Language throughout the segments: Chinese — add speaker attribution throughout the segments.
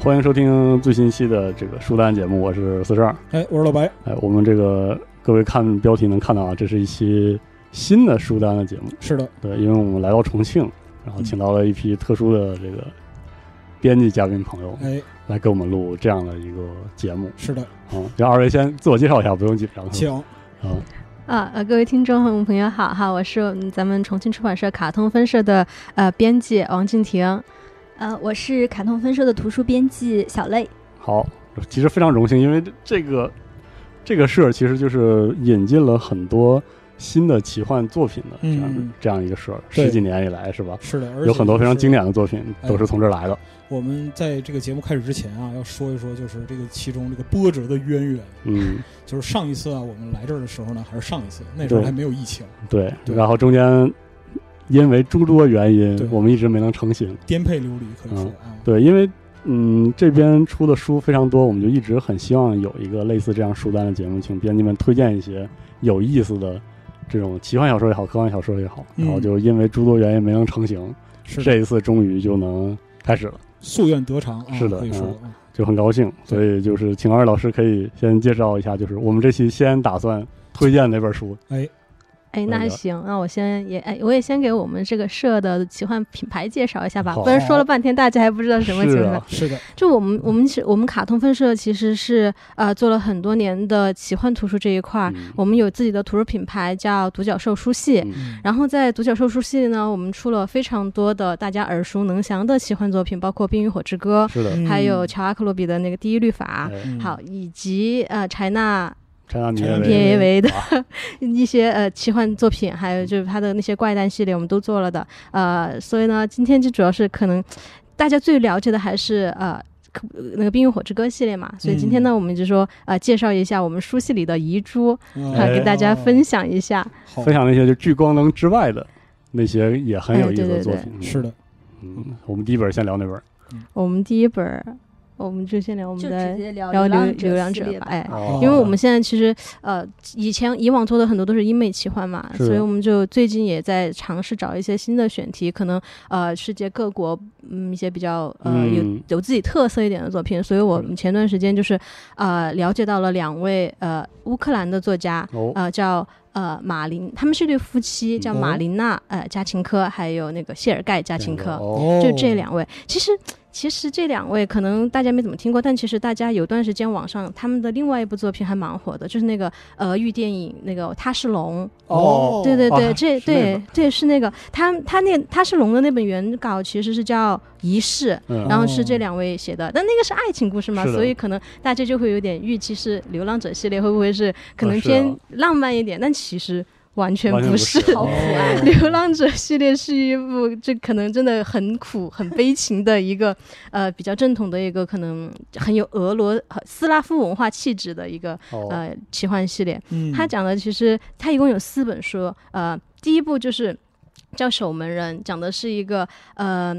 Speaker 1: 欢迎收听最新一期的这个书单节目，我是四十二。
Speaker 2: 哎，我是老白，
Speaker 1: 哎，我们这个各位看标题能看到啊，这是一期新的书单的节目。
Speaker 2: 是的，
Speaker 1: 对，因为我们来到重庆，然后请到了一批特殊的这个编辑嘉宾朋友
Speaker 2: 哎，
Speaker 1: 来给我们录这样的一个节目。
Speaker 2: 是的，
Speaker 1: 嗯，让二位先自我介绍一下，不用紧张。
Speaker 2: 请
Speaker 1: 啊，
Speaker 3: 啊呃，各位听众和朋友好哈，我是我们咱们重庆出版社卡通分社的呃编辑王静婷。
Speaker 4: 呃，我是卡通分社的图书编辑小泪。
Speaker 1: 好，其实非常荣幸，因为这这个这个社其实就是引进了很多新的奇幻作品的这样、
Speaker 2: 嗯
Speaker 1: 这样一个社，
Speaker 2: 对
Speaker 1: 十几年以来是吧？
Speaker 2: 是哎的，而
Speaker 1: 有很多非常经
Speaker 2: 典。
Speaker 1: 典的作品都是从这儿 来的。
Speaker 2: 我们在这个节目开始之前啊，要说一说，就是这个其中这个波折的渊源。
Speaker 1: 嗯，
Speaker 2: 就是上一次啊，我们来这儿的时候呢，还是上一次，那时候
Speaker 1: 对
Speaker 2: 还没有疫情，
Speaker 1: 对。
Speaker 2: 对
Speaker 1: 然后中间因为诸多原因
Speaker 2: 对，
Speaker 1: 我们一直没能成型。
Speaker 2: 颠沛流离，可以说啊，
Speaker 1: 对，因为嗯，这边出的书非常多，我们就一直很希望有一个类似这样书单的节目，请编辑们推荐一些有意思的这种奇幻小说也好，科幻小说也好。
Speaker 2: 嗯
Speaker 1: 然后就因为诸多原因没能成型，
Speaker 2: 是的，
Speaker 1: 这一次终于就能开始了，
Speaker 2: 夙愿得偿啊，
Speaker 1: 是的
Speaker 2: 可以说
Speaker 1: 嗯
Speaker 2: 啊
Speaker 1: 就很高兴。
Speaker 2: 对
Speaker 1: 所以就是请二位老师可以先介绍一下，就是我们这期先打算推荐哪本书？
Speaker 2: 哎，
Speaker 3: 哎，那
Speaker 1: 那个
Speaker 3: 行，那我先也哎，我也先给我们这个社的奇幻品牌介绍一下吧，
Speaker 1: 好
Speaker 3: 不然说了半天大家还不知道是什么
Speaker 1: 是
Speaker 3: 情况。
Speaker 1: 啊，
Speaker 2: 是的，
Speaker 3: 就我们我们是我们卡通分社其实是呃做了很多年的奇幻图书这一块儿，
Speaker 1: 嗯
Speaker 3: 我们有自己的图书品牌叫独角兽书系。
Speaker 1: 嗯
Speaker 2: 嗯，
Speaker 3: 然后在独角兽书系呢，我们出了非常多的大家耳熟能详的奇幻作品，包括《冰与火之歌》
Speaker 1: 是的。
Speaker 3: 还有乔阿克洛比的那个《第一律法》
Speaker 1: 嗯
Speaker 2: 嗯
Speaker 1: 哎，
Speaker 3: 好，以及呃柴纳
Speaker 1: 陈安妮
Speaker 2: 陈安妮
Speaker 3: 片
Speaker 1: 为
Speaker 3: 叶维的
Speaker 1: 啊
Speaker 3: 一些呃奇幻作品，还有就是他的那些怪诞系列，我们都做了的。呃，所以呢，今天就主要是可能大家最了解的还是呃。可那个《冰与火之歌》系列嘛，所以今天
Speaker 1: 嗯
Speaker 3: 呢，我们就说呃，介绍一下我们书系里的遗珠，
Speaker 2: 嗯
Speaker 3: 啊、
Speaker 1: 哎
Speaker 3: 给大家分享一下。
Speaker 2: 好
Speaker 1: 分享那些就聚光灯之外的那些也很
Speaker 3: 哎
Speaker 1: 有意思的作品。
Speaker 2: 是的，
Speaker 1: 嗯，我们第一本先聊那本儿
Speaker 3: 我们第一本儿，我们就先聊我们
Speaker 4: 就
Speaker 3: 的
Speaker 4: 直，接聊
Speaker 3: 聊
Speaker 4: 流
Speaker 3: 流流浪
Speaker 4: 系
Speaker 3: 者
Speaker 4: 列
Speaker 3: 吧哎
Speaker 1: 哦
Speaker 3: 因为我们现在其实呃，以前以往做的很多都是英美奇幻嘛，
Speaker 1: 是
Speaker 3: 所以我们就最近也在尝试找一些新的选题，可能呃世界各国嗯一些比较呃、有
Speaker 1: 嗯
Speaker 3: 有自己特色一点的作品，所以我们前段时间就是呃了解到了两位呃乌克兰的作家，
Speaker 1: 哦，
Speaker 3: 呃叫呃马林，他们是一对夫妻，叫
Speaker 2: 嗯
Speaker 3: 马林娜、呃加琴科，还有那个谢尔盖加琴
Speaker 1: 这
Speaker 3: 科
Speaker 1: 样，子哦，
Speaker 2: 哦，
Speaker 3: 就这两位。其实其实这两位可能大家没怎么听过，但其实大家有段时间网上他们的另外一部作品还蛮火的，就是那个俄语电影那个《他是龙》。
Speaker 2: 哦，
Speaker 3: 对对对，
Speaker 1: 啊
Speaker 3: 这
Speaker 1: 是那
Speaker 3: 对对是那个他他那《他是龙》的那本原稿其实是叫《仪式》。
Speaker 1: 嗯
Speaker 3: 然后是这两位写的，但那个是爱情故事嘛，
Speaker 1: 是的
Speaker 3: 所以可能大家就会有点预期是《流浪者》系列会不会是可
Speaker 1: 啊
Speaker 3: 能
Speaker 1: 是啊
Speaker 3: 偏浪漫一点，但其实完全
Speaker 1: 完全
Speaker 3: 不
Speaker 1: 是
Speaker 3: 是。
Speaker 4: 好可爱
Speaker 2: 哦
Speaker 3: 啊 流浪者系列是一部这可能真的很苦、很悲情的一个 呃比较正统的一个可能很有俄罗斯拉夫文化气质的一个
Speaker 1: 哦，
Speaker 3: 呃奇幻系列。
Speaker 2: 嗯
Speaker 3: 它讲的其实它一共有四本书，呃，第一部就是叫《守门人》，讲的是一个呃。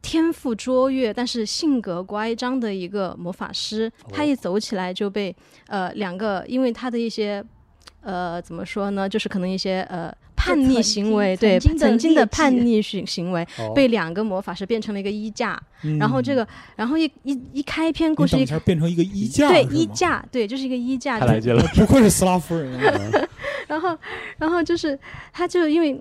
Speaker 3: 天赋卓越，但是性格乖张的一个魔法师，
Speaker 2: 哦
Speaker 3: 他一走起来就被呃两个，因为他的一些呃怎么说呢，就是可能一些呃叛逆行为，
Speaker 4: 曾
Speaker 3: 对
Speaker 4: 经曾经的
Speaker 3: 曾经的
Speaker 4: 劣迹
Speaker 3: 叛逆行行为，
Speaker 1: 哦
Speaker 3: 被两个魔法师变成了一个衣架，然后这
Speaker 2: 个
Speaker 3: 个，然后一一一开篇故
Speaker 2: 故
Speaker 3: 事
Speaker 2: 事嗯
Speaker 3: 一
Speaker 2: 一下变成一个衣架，
Speaker 3: 对
Speaker 2: 是吗
Speaker 3: 衣，架，对，就是一个衣架，
Speaker 1: 太来劲了，
Speaker 2: 不愧是斯拉夫人啊，
Speaker 3: 然后，然后就是他就因为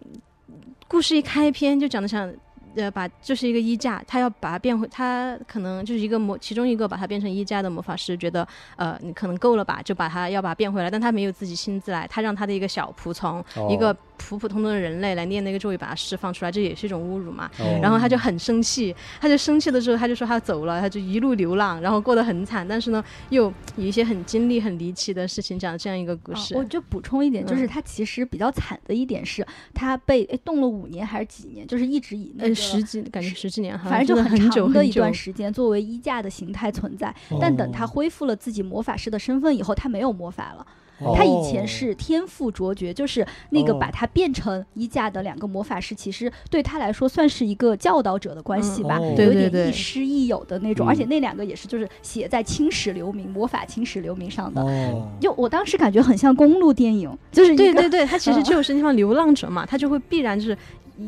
Speaker 3: 故事一开篇就讲的像。呃，把就是一个衣架，他要把它变回，他可能就是一个魔，其中一个把它变成衣架的魔法师，觉得呃，你可能够了吧，就把它要把它变回来，但他没有自己亲自来，他让他的一个小仆从，
Speaker 1: 哦
Speaker 3: 一个普普通通的人类来念那个咒语，把它释放出来，这也是一种侮辱嘛。
Speaker 1: 哦
Speaker 3: 然后他就很生气，他就生气的时候，他就说他走了，他就一路流浪，然后过得很惨，但是呢，又有一些很经历很离奇的事情，讲这样一个故
Speaker 4: 啊
Speaker 3: 事。
Speaker 4: 我就补充一点，就是
Speaker 3: 嗯
Speaker 4: 他其实比较惨的一点是，他被哎冻了五年还是几年，就是一直以那
Speaker 3: 呃，
Speaker 4: 个
Speaker 3: 十几感觉十几年哈，
Speaker 4: 反正就
Speaker 3: 真的很久
Speaker 4: 长的
Speaker 3: 很
Speaker 4: 一段
Speaker 3: 久
Speaker 4: 时间作为衣架的形态存在。
Speaker 2: 哦
Speaker 4: 但等他恢复了自己魔法师的身份以后，他没有魔法了。
Speaker 1: 哦
Speaker 4: 他以前是天赋卓绝，就是那个
Speaker 2: 哦
Speaker 4: 把他变成衣架的两个魔法师，其实对他来说算是一个教导者的关系吧，
Speaker 2: 嗯哦
Speaker 4: 有
Speaker 2: 对
Speaker 4: 一
Speaker 3: 对
Speaker 4: 点
Speaker 3: 对
Speaker 4: 亦师亦友的那种。
Speaker 1: 嗯
Speaker 4: 而且那两个也是就是写在青史留名、魔法青史留名上的。
Speaker 2: 哦，
Speaker 4: 就我当时感觉很像公路电影，就是一
Speaker 3: 对
Speaker 4: 个
Speaker 3: 对 对，他其实就是那方流浪者嘛，他就会必然就是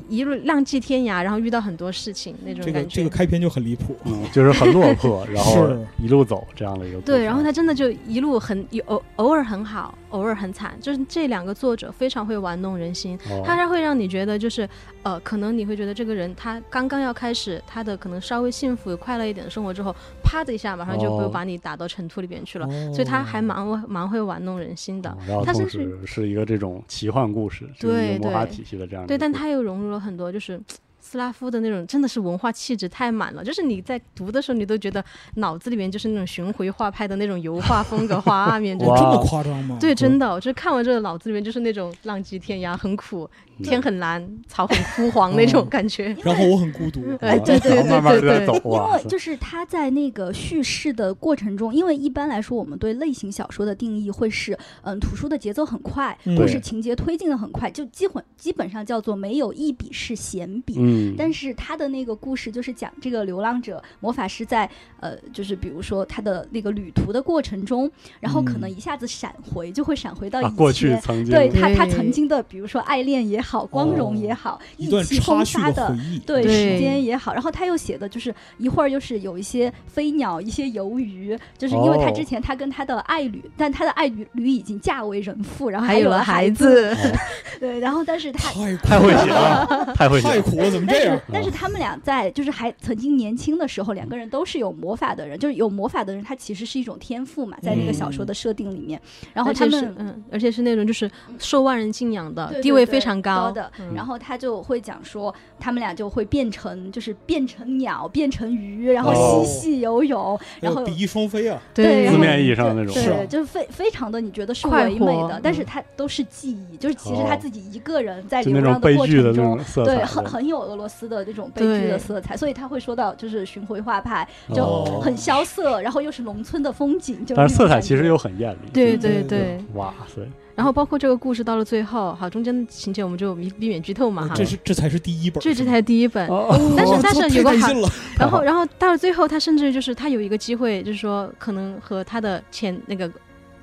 Speaker 3: 一一路浪迹天涯，然后遇到很多事情那种
Speaker 2: 这个
Speaker 3: 感觉。
Speaker 2: 这个开篇就很离谱，
Speaker 1: 嗯，就是很落魄，然后
Speaker 2: 是
Speaker 1: 一路走这样的一个过程。
Speaker 3: 对，然后他真的就一路很有偶偶尔很好，偶尔很惨，就是这两个作者非常会玩弄人心。
Speaker 1: 哦
Speaker 3: 他是会让你觉得，就是呃，可能你会觉得这个人他刚刚要开始他的可能稍微幸福快乐一点的生活之后，啪的一下马上就
Speaker 1: 哦
Speaker 3: 会把你打到尘土里边
Speaker 2: 哦
Speaker 3: 去了，所以他还蛮会蛮会玩弄人心的
Speaker 1: 嗯。然后
Speaker 3: 他
Speaker 1: 同
Speaker 3: 甚至
Speaker 1: 时是一个这种奇幻故事，是一
Speaker 3: 对
Speaker 1: 个魔法
Speaker 3: 对
Speaker 1: 体系的这样的
Speaker 3: 对，
Speaker 1: 一个
Speaker 3: 但
Speaker 1: 故事
Speaker 3: 他又融入了很多就是。斯拉夫的那种真的是文化气质太满了，就是你在读的时候，你都觉得脑子里面就是那种巡回画派的那种油画风格、画画面，
Speaker 2: 哦
Speaker 3: 真
Speaker 1: 哇
Speaker 3: 的
Speaker 2: 这么夸张吗？
Speaker 3: 对，真的，我就看完这个脑子里面就是那种浪迹天涯，很苦，
Speaker 1: 嗯
Speaker 3: 天很蓝，草很枯黄那种感觉。
Speaker 2: 然后我很孤独，
Speaker 3: 哎
Speaker 1: 嗯
Speaker 3: 对对
Speaker 1: 然后
Speaker 3: 对
Speaker 1: 慢慢
Speaker 3: 对
Speaker 1: 在
Speaker 3: 对
Speaker 1: 走啊
Speaker 4: 因
Speaker 1: 哇
Speaker 4: 为
Speaker 1: 塞，
Speaker 4: 就是他在那个叙事的过程中，因为一般来说，我们对类型小说的定义会是，嗯，图书的节奏很快，
Speaker 2: 嗯
Speaker 4: 故事情节推进的很快，就基本基本上叫做没有一笔是闲笔。
Speaker 1: 嗯，
Speaker 4: 但是他的那个故事就是讲这个流浪者魔法师在呃，就是比如说他的那个旅途的过程中，然后可能一下子闪回，就会闪回到以
Speaker 1: 嗯啊，
Speaker 4: 前。
Speaker 1: 过去曾经
Speaker 4: 对他，他
Speaker 3: 对
Speaker 4: 曾经的，比如说爱恋也好，光荣也好，
Speaker 2: 哦一
Speaker 4: 意
Speaker 2: 段
Speaker 4: 气
Speaker 2: 插
Speaker 4: 风
Speaker 2: 叙
Speaker 4: 发
Speaker 2: 的
Speaker 4: 的
Speaker 2: 回忆，
Speaker 4: 对
Speaker 3: 对
Speaker 4: 时间也好，然后他又写的就是一会儿又是有一些飞鸟，一些游鱼，就是因为他
Speaker 1: 哦
Speaker 4: 之前他跟他的爱侣，但他的爱侣侣已经嫁为人妇，然后
Speaker 3: 还
Speaker 4: 有
Speaker 3: 有
Speaker 4: 了
Speaker 3: 了孩
Speaker 4: 子，
Speaker 3: 子，
Speaker 4: 对，然后但 是他。
Speaker 2: 太
Speaker 1: 哦太会
Speaker 2: 了
Speaker 1: 写 了，太会写
Speaker 2: 太
Speaker 1: 了，
Speaker 2: 苦了，怎么
Speaker 4: 但
Speaker 2: 这
Speaker 4: 是
Speaker 2: 样？
Speaker 4: 但是他们俩在就是还曾经年轻的时候，两个人都是有魔法的人，就是有魔法的人，他其实是一种天赋嘛，在那个
Speaker 2: 嗯
Speaker 4: 小说的设定里面。 然后
Speaker 3: 而
Speaker 4: 他
Speaker 3: 且是
Speaker 4: 们
Speaker 3: 嗯，而且是那种就是受万人敬仰的
Speaker 4: 对，
Speaker 3: 地
Speaker 4: 对
Speaker 3: 位
Speaker 4: 对
Speaker 3: 非常
Speaker 4: 高
Speaker 3: 高。
Speaker 4: 的，
Speaker 3: 嗯
Speaker 4: 然后他就会讲说，他们俩就会变成就是变成鸟，变成鱼，然后
Speaker 1: 哦
Speaker 4: 嬉戏游泳，
Speaker 2: 哎
Speaker 4: 然
Speaker 2: 呦
Speaker 4: 后
Speaker 2: 比翼双飞
Speaker 3: 嗯
Speaker 2: 啊，
Speaker 4: 对，然
Speaker 1: 字
Speaker 4: 后
Speaker 1: 面意义上的那种
Speaker 4: 对
Speaker 2: 是啊
Speaker 4: 对，就是非非常的，你觉得是
Speaker 3: 快
Speaker 4: 唯美
Speaker 3: 活
Speaker 4: 的
Speaker 3: 嗯，
Speaker 4: 但是它都是记忆，就是其实他
Speaker 1: 哦
Speaker 4: 自己一个人在
Speaker 1: 就
Speaker 4: 流
Speaker 1: 那
Speaker 4: 浪
Speaker 1: 种
Speaker 4: 的
Speaker 1: 悲
Speaker 4: 过
Speaker 1: 剧的那
Speaker 4: 程
Speaker 1: 种
Speaker 4: 中。
Speaker 1: 色彩
Speaker 4: 对，
Speaker 1: 的，
Speaker 4: 很很有俄罗斯的那种悲剧的
Speaker 3: 对
Speaker 4: 色彩，所以他会说到就是巡回画派就
Speaker 1: 哦
Speaker 4: 很萧瑟，然后又是农村的风景，就
Speaker 1: 但是
Speaker 4: 那种
Speaker 1: 色彩
Speaker 4: 感
Speaker 1: 其实
Speaker 4: 觉
Speaker 1: 又很艳丽，
Speaker 2: 对
Speaker 3: 对对
Speaker 1: 嗯
Speaker 2: 对
Speaker 3: 对，
Speaker 1: 哇塞，
Speaker 3: 然后包括这个故事到了最后，好，中间的情节我们就避避免剧透嘛
Speaker 2: 哎
Speaker 3: 哈。
Speaker 2: 这是这才是第一本，
Speaker 3: 嗯这这才第一本，
Speaker 1: 嗯哦
Speaker 3: 但是
Speaker 2: 哇
Speaker 3: 但
Speaker 2: 这
Speaker 3: 是
Speaker 2: 太
Speaker 3: 有个
Speaker 2: 开
Speaker 3: 好
Speaker 2: 心了，
Speaker 3: 然后
Speaker 1: 好
Speaker 3: 然后到了最后，他甚至就是他有一个机会，就是说可能和他的前那个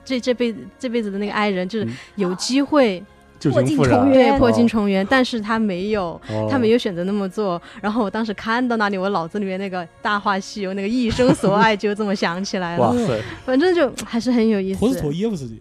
Speaker 3: 这这辈子这辈子的那个爱人，就是
Speaker 1: 嗯
Speaker 3: 有机会
Speaker 1: 旧
Speaker 4: 破
Speaker 1: 情
Speaker 4: 镜
Speaker 1: 复燃
Speaker 4: 重，
Speaker 3: 对
Speaker 4: 圆
Speaker 3: 破镜重圆，但是他没有。
Speaker 1: 哦
Speaker 3: 他没有选择那么做。然后我当时看到那里，我脑子里面那个《大话西游》那个一生所爱就这么想起来
Speaker 1: 哇
Speaker 3: 了。
Speaker 1: 塞，
Speaker 3: 反正就还是很有意
Speaker 2: 陀思
Speaker 3: 思
Speaker 2: 妥。耶夫自己，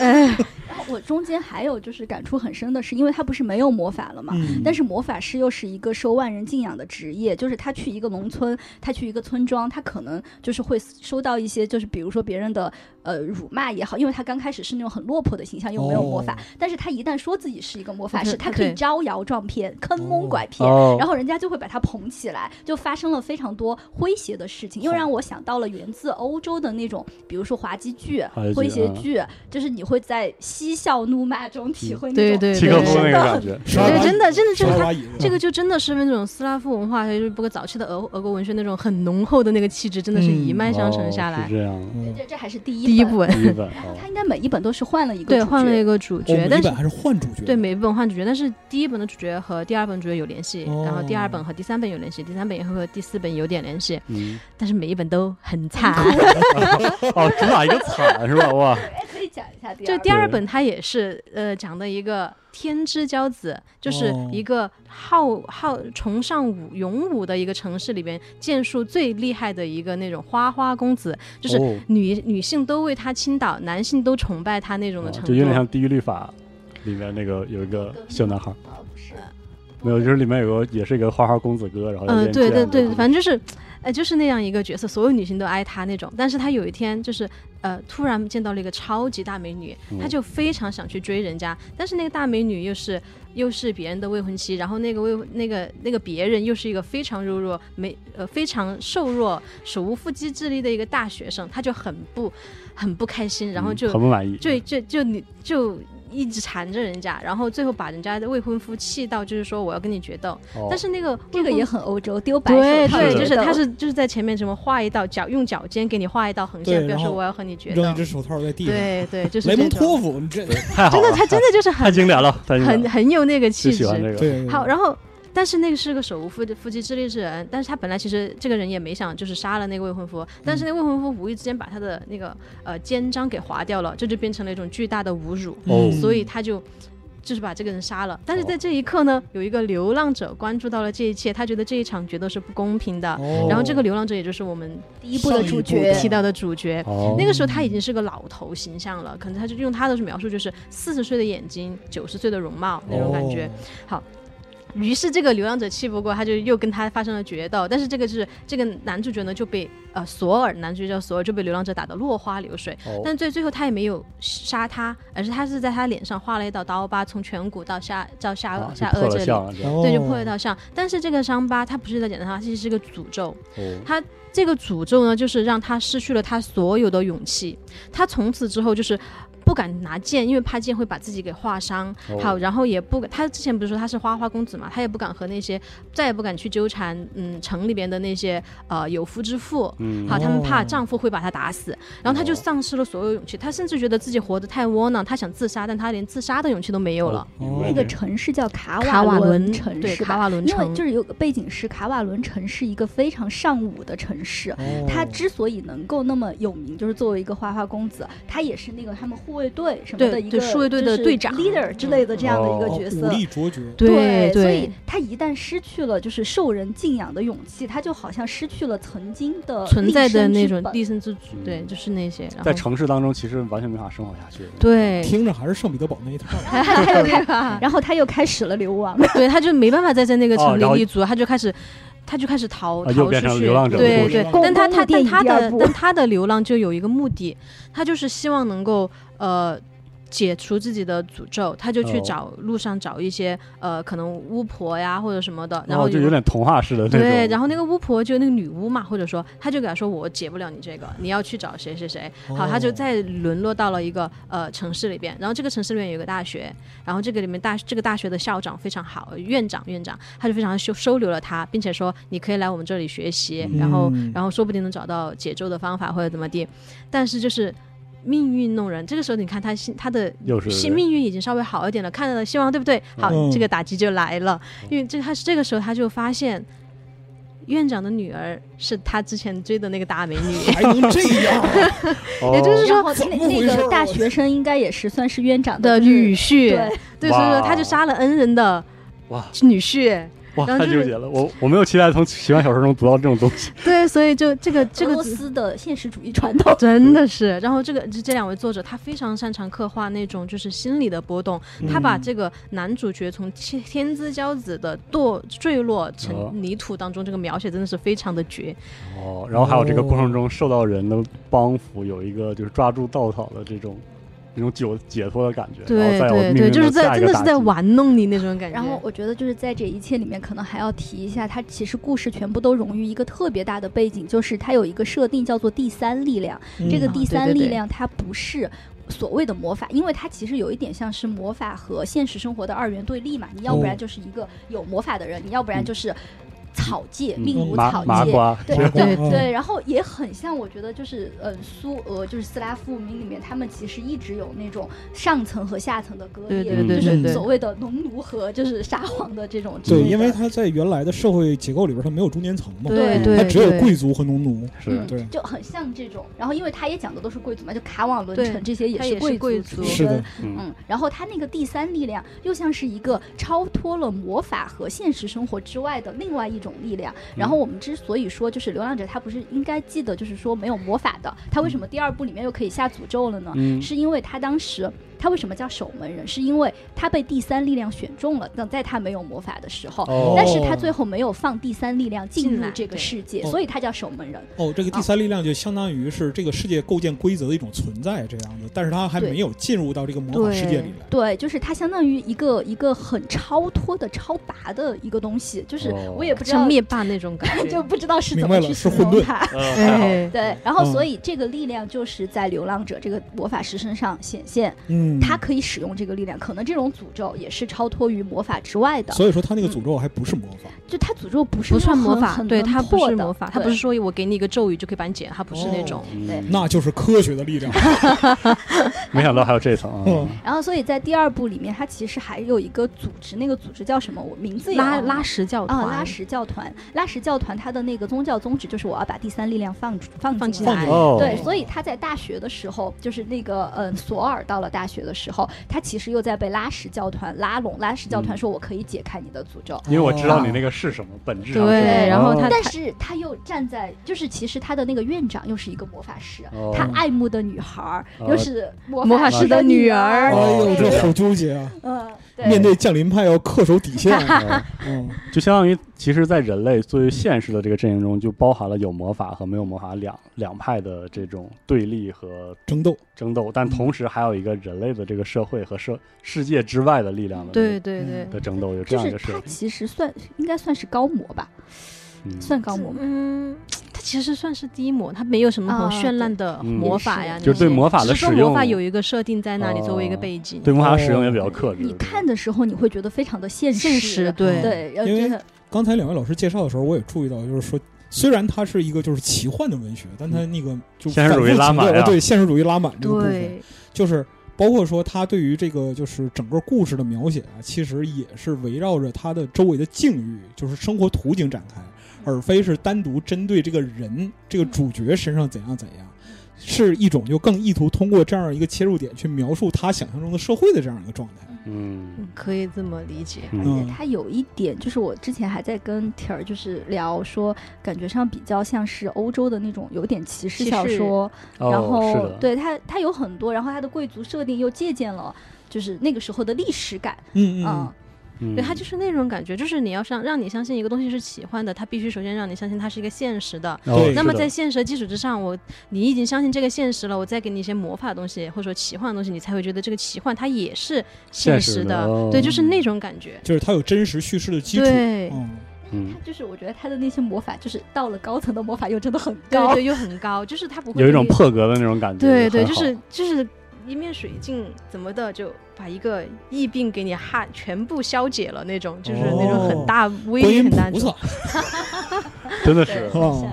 Speaker 3: 哎，
Speaker 4: 然后我中间还有就是感触很深的是，因为他不是没有魔法了嘛，
Speaker 2: 嗯，
Speaker 4: 但是魔法师又是一个受万人敬仰的职业，就是他去一个农村，他去一个村庄，他可能就是会收到一些，就是比如说别人的呃辱骂也好，因为他刚开始是那种很落魄的形象，又没有魔法，
Speaker 2: 哦
Speaker 4: 但是他一旦说自己是一个魔法师，
Speaker 3: 对
Speaker 4: 他可以
Speaker 3: 对
Speaker 4: 招摇撞骗、坑蒙拐骗。
Speaker 1: 哦，
Speaker 4: 然后人家就会把他捧起来，就发生了非常多诙谐的事情，又让我想到了源自欧洲的那种，比如说滑稽剧、
Speaker 1: 滑稽剧
Speaker 4: 诙谐剧，就是你会在嬉笑怒骂中体会那
Speaker 3: 对
Speaker 4: 种
Speaker 3: 对
Speaker 1: 契诃
Speaker 3: 对
Speaker 1: 夫那
Speaker 4: 深
Speaker 1: 个
Speaker 4: 的
Speaker 1: 感觉，
Speaker 2: 刷
Speaker 3: 对
Speaker 2: 把
Speaker 3: 真的真的真的
Speaker 2: 刷
Speaker 3: 他
Speaker 2: 把椅子
Speaker 3: 这个就真的是那种斯拉夫文化，还有就是包括早期的俄俄国文学那种很浓厚的那个气质，真的是
Speaker 2: 嗯
Speaker 3: 一脉相承
Speaker 1: 哦
Speaker 3: 下
Speaker 1: 是
Speaker 3: 来。
Speaker 1: 这 样，
Speaker 2: 嗯
Speaker 4: 这这还是第一
Speaker 3: 第一
Speaker 4: 本
Speaker 3: 本
Speaker 1: 第一本
Speaker 4: 然后
Speaker 1: 哦
Speaker 4: 他应该每一本都是换了一个
Speaker 3: 对
Speaker 4: 主
Speaker 3: 换了
Speaker 4: 角
Speaker 3: 一个主
Speaker 2: 哦每
Speaker 3: 角
Speaker 2: 一，
Speaker 3: 但是
Speaker 2: 本还是换主角，
Speaker 3: 对，每一本换主角，但是第一本的主角和第二本主角有联系，
Speaker 2: 哦
Speaker 3: 然后第二本和第三本有联系，第三本也会和第四本有点联系，
Speaker 1: 嗯，
Speaker 3: 但是每一本都很惨。
Speaker 1: 哦，主打一个惨是吧？哇，
Speaker 4: 哎， 可以讲一下第
Speaker 3: 就
Speaker 4: 二
Speaker 3: 第
Speaker 4: 本
Speaker 3: 二
Speaker 1: 对
Speaker 3: 本它也是呃讲的一个天之骄子，就是
Speaker 2: 哦
Speaker 3: 一个好好崇尚武勇武的一个城市里边，剑术最厉害的一个那种花花公子， 就是
Speaker 1: 哦
Speaker 3: 女、女性都为他倾倒，男性都崇拜他那种的
Speaker 1: 哦
Speaker 3: 程度。
Speaker 1: 就有点像《地狱律法》里面那个有一个小男孩，
Speaker 4: 哦不是，
Speaker 3: 呃
Speaker 1: 没有，就是里面有个也是一个花花公子哥，然后有
Speaker 3: 嗯、
Speaker 1: 点
Speaker 3: 对对
Speaker 1: 贱
Speaker 3: 对，
Speaker 1: 的
Speaker 3: 反正就是。呃，就是那样一个角色，所有女性都爱他那种。但是他有一天就是，呃，突然见到了一个超级大美女，
Speaker 1: 嗯
Speaker 3: 他就非常想去追人家，但是那个大美女又是又是别人的未婚妻，然后那个未那个那个别人又是一个非常柔弱、没呃非常瘦弱、手无缚鸡之力的一个大学生，他就很不很不开心，然后
Speaker 1: 嗯
Speaker 3: 就、
Speaker 1: 很不满意，
Speaker 3: 就就就你就一直缠着人家，然后最后把人家的未婚夫气到，就是说我要跟你决斗，
Speaker 1: 哦
Speaker 3: 但是那个
Speaker 4: 这个
Speaker 3: 未婚
Speaker 4: 也很欧洲，丢白
Speaker 3: 对
Speaker 4: 手套
Speaker 3: 对，
Speaker 1: 的
Speaker 3: 就是
Speaker 4: 的
Speaker 3: 他是就是在前面什么画一道脚，用脚尖给你画一道横线，
Speaker 2: 对
Speaker 3: 表示
Speaker 2: 然后
Speaker 3: 我要和你决斗
Speaker 2: 扔一。只手套在地上，
Speaker 3: 对对，就是
Speaker 2: 雷蒙
Speaker 3: 这种
Speaker 2: 托，夫，你这
Speaker 1: 太好
Speaker 3: 真
Speaker 1: 了，
Speaker 3: 的他真的就是很
Speaker 1: 太经典了，太经典
Speaker 3: 很
Speaker 1: 了，
Speaker 3: 很有那个气
Speaker 1: 就喜
Speaker 3: 质。
Speaker 1: 欢这个，
Speaker 2: 对
Speaker 3: 好，然后。但是那个是个手无缚缚鸡之力之人，但是他本来其实这个人也没想就是杀了那个未婚夫，但是那个未婚夫无意之间把他的那个呃肩章给划掉了，这就变成了一种巨大的侮辱，
Speaker 1: 哦
Speaker 2: 嗯
Speaker 3: 所以他就就是把这个人杀了。但是在这一刻呢，有一个流浪者关注到了这一切，他觉得这一场决斗是不公平的。
Speaker 2: 哦
Speaker 3: 然后这个流浪者也就是我们
Speaker 4: 第一部的主
Speaker 2: 上一部
Speaker 4: 角
Speaker 2: 的
Speaker 3: 提到的主角，
Speaker 1: 哦
Speaker 3: 那个时候他已经是个老头形象了，可能他就用他的描述就是四十岁的眼睛，九十岁的容貌那种感觉。
Speaker 2: 哦
Speaker 3: 于是这个流浪者气不过，他就又跟他发生了决斗。但是这个就是这个男主角呢就被呃索尔，男主角叫索尔就被流浪者打得落花流水。
Speaker 1: 哦
Speaker 3: 但最最后他也没有杀他，而是他是在他脸上画了一道刀疤，从颧骨到下到下
Speaker 1: 啊
Speaker 3: 下
Speaker 1: 就破了
Speaker 3: 颚这里。
Speaker 1: 相了这样
Speaker 2: 哦
Speaker 3: 对，就破了一道伤，但是这个伤疤它不是在简单伤，它其实是个诅咒。
Speaker 1: 哦
Speaker 3: 这个诅咒呢，就是让他失去了他所有的勇气。他从此之后就是不敢拿剑，因为怕剑会把自己给划伤。
Speaker 1: 哦
Speaker 3: 好，然后也不敢，他之前不是说他是花花公子嘛，他也不敢和那些，再也不敢去纠缠，嗯，城里边的那些呃有夫之妇。
Speaker 1: 嗯
Speaker 3: 好，他们怕
Speaker 2: 哦
Speaker 3: 丈夫会把她打死，然后她就
Speaker 1: 哦
Speaker 3: 丧失了所有勇气，她甚至觉得自己活得太窝囊，她想自杀，但她连自杀的勇气都没有了。
Speaker 1: 哦明白
Speaker 4: 那个城市叫卡
Speaker 3: 卡瓦
Speaker 4: 伦
Speaker 3: 伦
Speaker 4: 城
Speaker 3: 对，
Speaker 4: 是
Speaker 3: 卡
Speaker 4: 吧？
Speaker 3: 瓦伦
Speaker 4: 因为
Speaker 3: 城
Speaker 4: 就是有个背景是卡瓦伦城是一个非常尚武的城市，
Speaker 2: 哦
Speaker 4: 他之所以能够那么有名，就是作为一个花花公子，他也是那个他们护卫队什么
Speaker 3: 对
Speaker 4: 的一个
Speaker 3: 对护卫队
Speaker 4: 就是
Speaker 3: 的队长
Speaker 4: leader 之类的这样的一个
Speaker 1: 哦
Speaker 4: 角
Speaker 2: 哦武
Speaker 4: 色。
Speaker 2: 力卓绝，
Speaker 3: 对
Speaker 4: 所以他一旦失去了就是受人敬仰的勇气，他就好像失去了曾经的
Speaker 3: 存在的
Speaker 4: 立
Speaker 3: 那
Speaker 4: 身之
Speaker 3: 种
Speaker 4: 本
Speaker 3: 立 身之主，
Speaker 1: 嗯
Speaker 3: 对，就是那些。然
Speaker 1: 在
Speaker 3: 后
Speaker 1: 城市当中其实完全没法生活下去。，哦
Speaker 3: 对，
Speaker 2: 听着还是圣彼得堡那一套。
Speaker 4: 他又开，
Speaker 3: 吧？
Speaker 4: 然后他又开始了流亡。
Speaker 3: 对，他就没办法再在那个
Speaker 1: 哦
Speaker 3: 城
Speaker 1: 然后
Speaker 3: 里立足，他就开始，他就开始逃
Speaker 1: 啊
Speaker 3: 逃
Speaker 1: 又
Speaker 3: 出
Speaker 1: 变成
Speaker 3: 去，
Speaker 1: 流浪者
Speaker 2: 的
Speaker 3: 对
Speaker 2: 故事
Speaker 3: 对
Speaker 2: 了。
Speaker 3: 但他他但他
Speaker 4: 宫宫殿第二
Speaker 3: 的
Speaker 4: 部
Speaker 3: 但他的流浪就有一个目的，他就是希望能够呃。解除自己的诅咒，他就去
Speaker 1: 哦
Speaker 3: 找路上找一些、呃，可能巫婆呀或者什么的，然
Speaker 1: 然
Speaker 3: 后
Speaker 1: 哦后就有点童话式的那种。
Speaker 3: 对，然后那个巫婆就那个女巫嘛，或者说，她就给她说我解不了你这个，你要去找谁谁谁。 好，她就
Speaker 2: 哦
Speaker 3: 再沦落到了一个呃城市里边，然后这个城市里面有一个大学，然后这个里面大这个大学的校长非常好，院长院长，他就非常收收留了她，并且说你可以来我们这里学习，然后
Speaker 2: 嗯
Speaker 3: 然后说不定能找到解咒的方法或者怎么地，但是就是。命运弄人，这个时候你看他心他的
Speaker 1: 又是
Speaker 3: 是命运已经稍微好一点了，看到了希望，对不对？好，
Speaker 2: 嗯
Speaker 3: 这个打击就来了，因为这他是这个时候他就发现，院长的女儿是他之前追的那个大美女，
Speaker 2: 还能这 样，
Speaker 1: 哦
Speaker 3: 也就是说
Speaker 4: 然后那
Speaker 2: 怎么回
Speaker 4: 那
Speaker 2: 事儿
Speaker 4: 个大学生应该也是算是院长
Speaker 3: 的
Speaker 4: 就是
Speaker 3: 女婿，
Speaker 4: 对，
Speaker 3: 对，所以说
Speaker 1: 哇哦
Speaker 3: 他就杀了恩人的
Speaker 1: 哇
Speaker 3: 女婿，
Speaker 1: 哇，
Speaker 3: 然后
Speaker 1: 太
Speaker 3: 就是
Speaker 1: 纠结了。我我没有期待从奇幻小说中读到这种东西。
Speaker 3: 对，所以就这 个这
Speaker 4: 俄
Speaker 3: 个
Speaker 4: 罗斯的现实主义传统。
Speaker 3: 真的是，然后这个这这两位作者他非常擅长刻画那种就是心理的波动，
Speaker 1: 嗯
Speaker 3: 他把这个男主角从天天之骄子的堕坠落
Speaker 1: 哦
Speaker 3: 成泥土当中，这个描写真的是非常的绝，
Speaker 1: 哦，然后还有这个过程中受到人的帮扶，有一个就是抓住稻草的这种这种解解脱的感觉。然后
Speaker 3: 对
Speaker 1: 再有
Speaker 3: 对
Speaker 1: 命运
Speaker 3: 对，就是
Speaker 1: 下
Speaker 3: 在
Speaker 1: 一个
Speaker 3: 真的
Speaker 1: 打
Speaker 3: 是在
Speaker 1: 击。
Speaker 3: 玩弄你那种感觉。
Speaker 4: 然后我觉得就是在这一切里面，可能还要提一下，它其实故事全部都融于一个特别大的背景，就是它有一个设定叫做第三力量。这个
Speaker 3: 嗯
Speaker 4: 第
Speaker 3: 啊对
Speaker 4: 三
Speaker 3: 对
Speaker 4: 力
Speaker 3: 对
Speaker 4: 量它不是。所谓的魔法，因为它其实有一点像是魔法和现实生活的二元对立嘛。你要不
Speaker 3: 哦
Speaker 4: 然就是一个有魔法的人，你要
Speaker 3: 嗯
Speaker 4: 不然就是草芥，命如
Speaker 1: 嗯麻
Speaker 4: 草
Speaker 1: 麻
Speaker 4: 芥。
Speaker 1: 瓜，
Speaker 4: 对
Speaker 2: 麻瓜
Speaker 3: 对
Speaker 2: 嗯
Speaker 4: 对，然后也很像，我觉得就是呃，苏俄就是斯拉夫文明里面，他们其实一直有那种上层和下层的割裂，
Speaker 3: 对
Speaker 1: 对
Speaker 3: 对
Speaker 1: 对
Speaker 4: 就
Speaker 3: 对
Speaker 4: 是所谓的农奴和就是沙皇的这种之
Speaker 2: 对，
Speaker 4: 类
Speaker 2: 因
Speaker 4: 的
Speaker 2: 为他在原来的社会结构里边，他没有中间层嘛，
Speaker 3: 对对，
Speaker 4: 对
Speaker 2: 他只有
Speaker 3: 对
Speaker 2: 贵族和农奴。
Speaker 1: 是
Speaker 4: 嗯
Speaker 2: 对
Speaker 4: 就很像这种。然后因为他也讲的都是贵族嘛，就卡瓦伦
Speaker 3: 对
Speaker 4: 城这些也
Speaker 3: 他也是
Speaker 4: 贵
Speaker 3: 贵
Speaker 4: 族
Speaker 3: 族
Speaker 4: 之
Speaker 2: 是的
Speaker 4: 争，
Speaker 1: 嗯
Speaker 4: 嗯，然后他那个第三力量又像是一个超脱了魔法和现实生活之外的另外一种力量。然后我们之所以说就是流浪者，他不是应该记得就是说没有魔法的，他为什么第二部里面又可以下诅咒了呢？
Speaker 1: 嗯
Speaker 4: 是因为他当时他为什么叫守门人？是因为他被第三力量选中了，等在他没有魔法的时候。
Speaker 1: 哦
Speaker 4: 但是他最后没有放第三力量进
Speaker 3: 进
Speaker 4: 入
Speaker 3: 来
Speaker 4: 这个
Speaker 3: 对
Speaker 4: 世界，
Speaker 2: 哦
Speaker 4: 所以他叫守门人。
Speaker 2: 哦，这个第三力量就相当于是这个世界构建规则的一种存在，这样子，但是他还
Speaker 4: 对
Speaker 2: 没有进入到这个魔法世界里来。嗯
Speaker 4: 对，就是它相当于一个一个很超脱的、超拔的一个东西，就是
Speaker 1: 哦
Speaker 4: 我也不知道，
Speaker 3: 像灭霸那种感觉， 哎
Speaker 4: 就不知道是
Speaker 2: 明
Speaker 4: 怎
Speaker 2: 白
Speaker 4: 么
Speaker 2: 了
Speaker 4: 去
Speaker 2: 是
Speaker 4: 形
Speaker 2: 混
Speaker 4: 容
Speaker 2: 沌
Speaker 4: 它。
Speaker 1: 呃太好了
Speaker 3: 对
Speaker 4: 对，然后
Speaker 2: 嗯
Speaker 4: 所以这个力量就是在流浪者这个魔法师身上显现，
Speaker 2: 嗯，
Speaker 4: 他可以使用这个力量。可能这种诅咒也是超脱于魔法之外的，
Speaker 2: 所以说他那个诅咒还不是魔法。
Speaker 4: 就他诅咒不是
Speaker 3: 不算
Speaker 4: 那种
Speaker 3: 魔法
Speaker 4: 很，
Speaker 3: 对，
Speaker 4: 很
Speaker 3: 它
Speaker 4: 能
Speaker 3: 不
Speaker 4: 破
Speaker 3: 是
Speaker 4: 的
Speaker 3: 魔法，它
Speaker 4: 对
Speaker 3: 不是说我给你一个咒语就可以把你解，它不是那种。
Speaker 1: 嗯
Speaker 4: 对
Speaker 2: 那就是科学的力量。
Speaker 1: 没想到还有这层
Speaker 2: 嗯
Speaker 1: 啊！
Speaker 4: 然后，所以在第二部里面，它其实还有一个组织，那个组织叫什么？我名字也
Speaker 3: 拉
Speaker 4: 忘了
Speaker 3: 哦拉什教团，
Speaker 4: 啊，拉什教团，拉什教团它的那个宗教宗旨就是我要把第三力量放出放
Speaker 3: 放
Speaker 4: 进
Speaker 3: 进
Speaker 4: 来。
Speaker 2: 来
Speaker 1: 哦
Speaker 4: 呃对，所以他在大学的时候，就是那个嗯，索尔到了大学学的时候，他其实又在被拉什教团拉拢，拉什教团
Speaker 1: 嗯
Speaker 4: 说我可以解开你的诅咒，
Speaker 1: 因为我知道你那个是什么本质上是什么。
Speaker 3: 哦对然后他
Speaker 1: 哦
Speaker 4: 但是他又站在，就是其实他的那个院长又是一个魔法师，
Speaker 1: 哦
Speaker 4: 他爱慕的女孩儿
Speaker 1: 哦
Speaker 4: 又是
Speaker 3: 魔
Speaker 4: 魔
Speaker 3: 法
Speaker 1: 师
Speaker 4: 师
Speaker 3: 的
Speaker 4: 的
Speaker 3: 女
Speaker 4: 儿，
Speaker 2: 哎
Speaker 1: 儿
Speaker 2: 呦，
Speaker 1: 对
Speaker 2: 这好纠结啊！
Speaker 4: 嗯，
Speaker 2: 面
Speaker 4: 对，
Speaker 2: 对降临派要恪守底线。
Speaker 1: 哦
Speaker 2: 嗯，
Speaker 1: 就相当于，其实，在人类作为现实的这个阵营中，就包含了有魔法和没有魔法两两派的这种对立和
Speaker 2: 争斗。
Speaker 1: 争斗，但同时还有一个人类的这个社会和社世界之外的力量的
Speaker 3: 对对对
Speaker 2: 嗯，
Speaker 1: 的争斗，有这
Speaker 4: 就
Speaker 1: 样一
Speaker 4: 是
Speaker 1: 个
Speaker 4: 他
Speaker 1: 设定，
Speaker 4: 其实算应该算是高魔吧，
Speaker 1: 嗯，
Speaker 4: 算高魔吗？
Speaker 3: 嗯，它其实算是低魔，它没有什么很
Speaker 4: 啊
Speaker 3: 绚烂的
Speaker 1: 对
Speaker 3: 魔法呀，
Speaker 4: 嗯
Speaker 3: 那
Speaker 1: 就是对
Speaker 3: 些
Speaker 1: 魔法的
Speaker 3: 只是说
Speaker 1: 使用哦
Speaker 3: 魔法有一个设定在那里作为一个背景，
Speaker 1: 对魔法使用也比较克制。
Speaker 4: 你看的时候，你会觉得非常的现实，
Speaker 3: 现实对
Speaker 4: 对，然后
Speaker 2: 因为
Speaker 4: 真的
Speaker 2: 刚才两位老师介绍的时候，我也注意到，就是说，虽然它是一个就是奇幻的文学，但它那个就
Speaker 1: 嗯现实主义
Speaker 2: 反复
Speaker 1: 拉
Speaker 2: 强调
Speaker 1: 满呀
Speaker 2: 了对现实主义拉满这个部分，
Speaker 3: 对
Speaker 2: 就是包括说它对于这个就是整个故事的描写啊，其实也是围绕着它的周围的境遇，就是生活图景展开，而非是单独针对这个人这个主角身上怎样怎样。是一种就更意图通过这样一个切入点去描述他想象中的社会的这样一个状态。
Speaker 1: 嗯，
Speaker 3: 嗯可以这么理解。
Speaker 4: 而
Speaker 1: 嗯
Speaker 4: 且它有一点，就是我之前还在跟铁儿就是聊说，感觉上比较像是欧洲的那种有点骑士
Speaker 3: 骑
Speaker 4: 小
Speaker 3: 士
Speaker 4: 说，然
Speaker 1: 哦、是
Speaker 4: 后
Speaker 1: 的，
Speaker 4: 对它它有很多，然后它的贵族设定又借鉴了就是那个时候的历史感，
Speaker 2: 嗯
Speaker 4: 嗯
Speaker 2: 嗯，
Speaker 1: 嗯，
Speaker 3: 对，它就是那种感觉，就是你要上让你相信一个东西是奇幻的，它必须首先让你相信它是一个现实的。
Speaker 1: 哦
Speaker 2: 对
Speaker 1: 是
Speaker 3: 那么
Speaker 1: 的
Speaker 3: 在现实的基础之上，我你已经相信这个现实了，我再给你一些魔法的东西或者说奇幻的东西，你才会觉得这个奇幻它也是现
Speaker 1: 现实
Speaker 3: 实
Speaker 1: 的哦
Speaker 3: 对，就是那种感觉。
Speaker 2: 就是它有真实叙事的基础。
Speaker 3: 对
Speaker 2: 嗯，
Speaker 1: 嗯
Speaker 4: 它就是我觉得它的那些魔法，就是到了高层的魔法又真的很
Speaker 3: 对
Speaker 4: 高，
Speaker 3: 对，又很高，就是它不会
Speaker 1: 有一
Speaker 3: 给
Speaker 1: 种
Speaker 3: 你
Speaker 1: 破格的那种感觉，
Speaker 3: 对对，
Speaker 1: 很
Speaker 3: 就
Speaker 1: 好
Speaker 3: 是就是一面水镜怎么的就把一个疫病给你哈全部消解了那种，就是那种
Speaker 2: 哦
Speaker 3: 很大威
Speaker 2: 观
Speaker 3: 力
Speaker 2: 音
Speaker 3: 很大那
Speaker 2: 菩萨
Speaker 3: 种。，
Speaker 1: 真的
Speaker 4: 对
Speaker 1: 是，
Speaker 4: 很
Speaker 2: 哦
Speaker 4: 像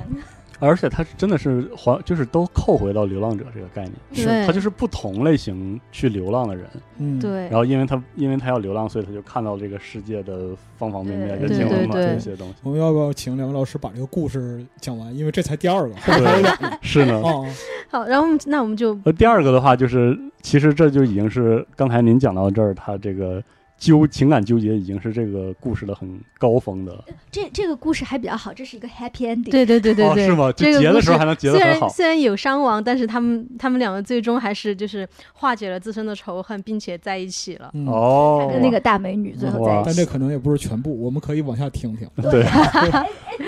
Speaker 1: 而且它真的是还，就是都扣回到流浪者这个概念，
Speaker 2: 是
Speaker 3: 对，
Speaker 1: 他就是不同类型去流浪的人，
Speaker 2: 嗯，
Speaker 3: 对
Speaker 1: 然，后因为他因为他要流浪，所以他就看到这个世界的方方面面，
Speaker 4: 对
Speaker 1: 人情冷
Speaker 3: 对
Speaker 1: 暖
Speaker 3: 对对
Speaker 1: 啊这些东西。
Speaker 2: 我们要不要请两位老师把这个故事讲完？因为这才第二个，后面还
Speaker 1: 对
Speaker 2: 有两，
Speaker 3: 哎
Speaker 1: 是呢
Speaker 2: 个。啊。
Speaker 3: 好，然后我们那我们就
Speaker 1: 呃，第二个的话就是，其实这就已经是刚才您讲到这儿，他这个纠情感纠结已经是这个故事的很高峰的了。
Speaker 4: 呃这这个故事还比较好，这是一个 happy ending。
Speaker 3: 对对对对
Speaker 1: 哦，
Speaker 3: 对，
Speaker 1: 是吗？就
Speaker 3: 这个
Speaker 1: 结
Speaker 3: 故
Speaker 1: 的时候
Speaker 3: 事
Speaker 1: 还能结得
Speaker 3: 虽
Speaker 1: 很
Speaker 3: 然
Speaker 1: 好。
Speaker 3: 虽然有伤亡，但是他们他们两个最终还是就是化解了自身的仇恨，并且在一起了。
Speaker 2: 嗯，
Speaker 4: 他
Speaker 1: 哦
Speaker 4: 跟，那个大美女最后在
Speaker 1: 哇
Speaker 4: 一
Speaker 2: 但这
Speaker 4: 起，
Speaker 2: 可能也不是全部，我们可以往下听听。
Speaker 1: 对，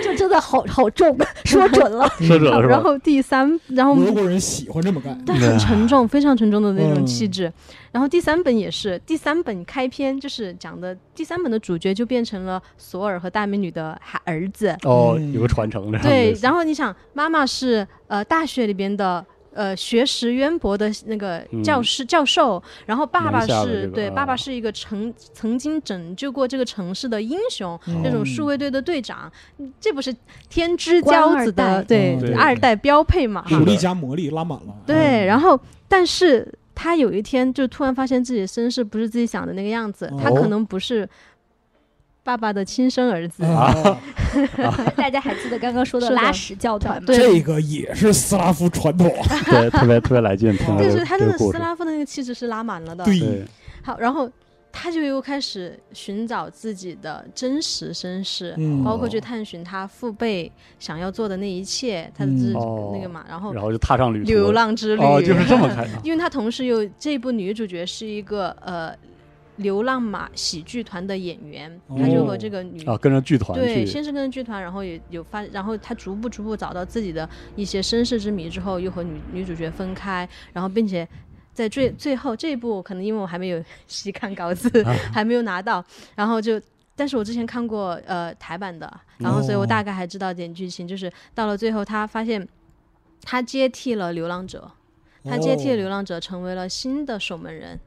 Speaker 4: 就真的好好重， 说准了。
Speaker 1: 说准了是
Speaker 3: 然
Speaker 1: 吧？
Speaker 3: 后第三，然后
Speaker 2: 俄国人喜欢这么干，
Speaker 3: 但很沉重，非常沉重的那种
Speaker 2: 嗯
Speaker 3: 气质。然后第三本也是，第三本开篇就是讲的，第三本的主角就变成了索尔和大美女的孩儿 子。
Speaker 1: 哦，
Speaker 2: 嗯
Speaker 1: 有个传承，然后
Speaker 3: 对
Speaker 1: 就，是
Speaker 3: 然后你想，妈妈是呃大学里边的。呃，学识渊博的那个教师、教授，然后爸爸
Speaker 1: 嗯南下的
Speaker 3: 是、
Speaker 1: 这个
Speaker 3: 对，
Speaker 1: 啊
Speaker 3: 爸爸是一个曾曾经拯救过这个城市的英雄，
Speaker 2: 嗯
Speaker 3: 这种护卫队的队长，嗯这不是天之骄子
Speaker 4: 官二
Speaker 3: 的
Speaker 4: 代
Speaker 3: 对
Speaker 2: 嗯
Speaker 1: 对
Speaker 3: 二代标配嘛？
Speaker 1: 是
Speaker 2: 武力加魔力拉满了。
Speaker 3: 对，
Speaker 2: 嗯
Speaker 3: 然后但是他有一天就突然发现自己的身世不是自己想的那个样子，他
Speaker 1: 哦
Speaker 3: 可能不是爸爸的亲生儿
Speaker 1: 哦
Speaker 3: 子。
Speaker 2: 啊，
Speaker 4: 大家还记得刚刚说的
Speaker 3: 是的
Speaker 4: 拉什教团吗？
Speaker 3: 对
Speaker 2: 这个也是斯拉夫传统。
Speaker 1: 对，特别特别来劲，听
Speaker 2: 哦
Speaker 1: 着
Speaker 3: 但是他
Speaker 1: 这
Speaker 3: 真
Speaker 1: 个
Speaker 3: 的
Speaker 1: 故
Speaker 3: 斯
Speaker 1: 事。
Speaker 3: 拉夫的那个气质是拉满了的。
Speaker 2: 对
Speaker 1: 对，
Speaker 3: 好，然后他就又开始寻找自己的真实身世，
Speaker 2: 嗯
Speaker 3: 包括去探寻他父辈想要做的那一切，他的
Speaker 2: 嗯
Speaker 3: 自、
Speaker 1: 哦
Speaker 3: 那个嘛，然后
Speaker 1: 然后就踏上旅途
Speaker 3: 流浪之旅。
Speaker 1: 哦，就是这么开。
Speaker 3: 因为他同时又这部女主角是一个呃流浪马喜剧团的演员，
Speaker 2: 哦
Speaker 3: 他就和这个女、
Speaker 1: 啊，跟着剧团
Speaker 3: 嗯对
Speaker 1: 去，
Speaker 3: 先是跟着剧团，然后也有发，然后他逐步逐步找到自己的一些身世之谜之后，又和女女主角分开，然后并且。在最最后这一部，可能因为我还没有 细看稿子，
Speaker 2: 啊
Speaker 1: 啊
Speaker 3: 还没有拿到，然后就，但是我之前看过呃台版的，然后所以我
Speaker 2: 哦
Speaker 3: 大概还知道点剧情，就是到了最后，他发现他接替了流浪者，他接
Speaker 4: 哦
Speaker 3: 替了流浪者，成为了新的守门人。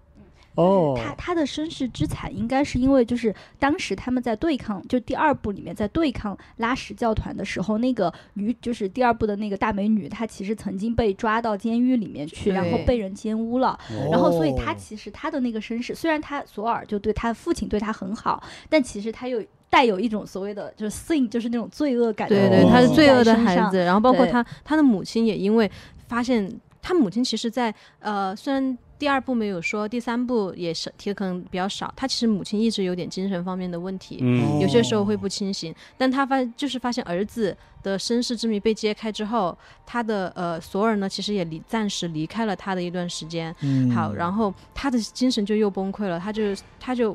Speaker 1: 哦，
Speaker 4: 他他的身世之惨应该是因为就是当时他们在对抗，就第二部里面在对抗拉什教团的时候，那个女就是第二部的那个大美女，她其实曾经被抓到监狱里面去，
Speaker 3: 对
Speaker 4: 然后被人奸污了。
Speaker 1: 哦
Speaker 4: 然后，所以她
Speaker 2: 哦
Speaker 4: 其实她的那个身世，虽然她索尔就对她父亲对她很好，但其实她又带有一种所谓的就是 sin，就是那种罪恶感。
Speaker 3: 对
Speaker 1: 哦
Speaker 3: 对，他是罪恶的孩
Speaker 4: 在身上
Speaker 3: 子。然后包括
Speaker 4: 对
Speaker 3: 他，他的母亲也因为发现他母亲其实在，呃，虽然第二部没有说，第三部也是提的可能比较少。他其实母亲一直有点精神方面的问题，
Speaker 1: 嗯，
Speaker 3: 有些时候会不清醒，但他发就是发现儿子的身世之谜被揭开之后，他的呃索尔呢其实也离暂时离开了他的一段时间，
Speaker 2: 嗯，
Speaker 3: 好，然后他的精神就又崩溃了，他就他就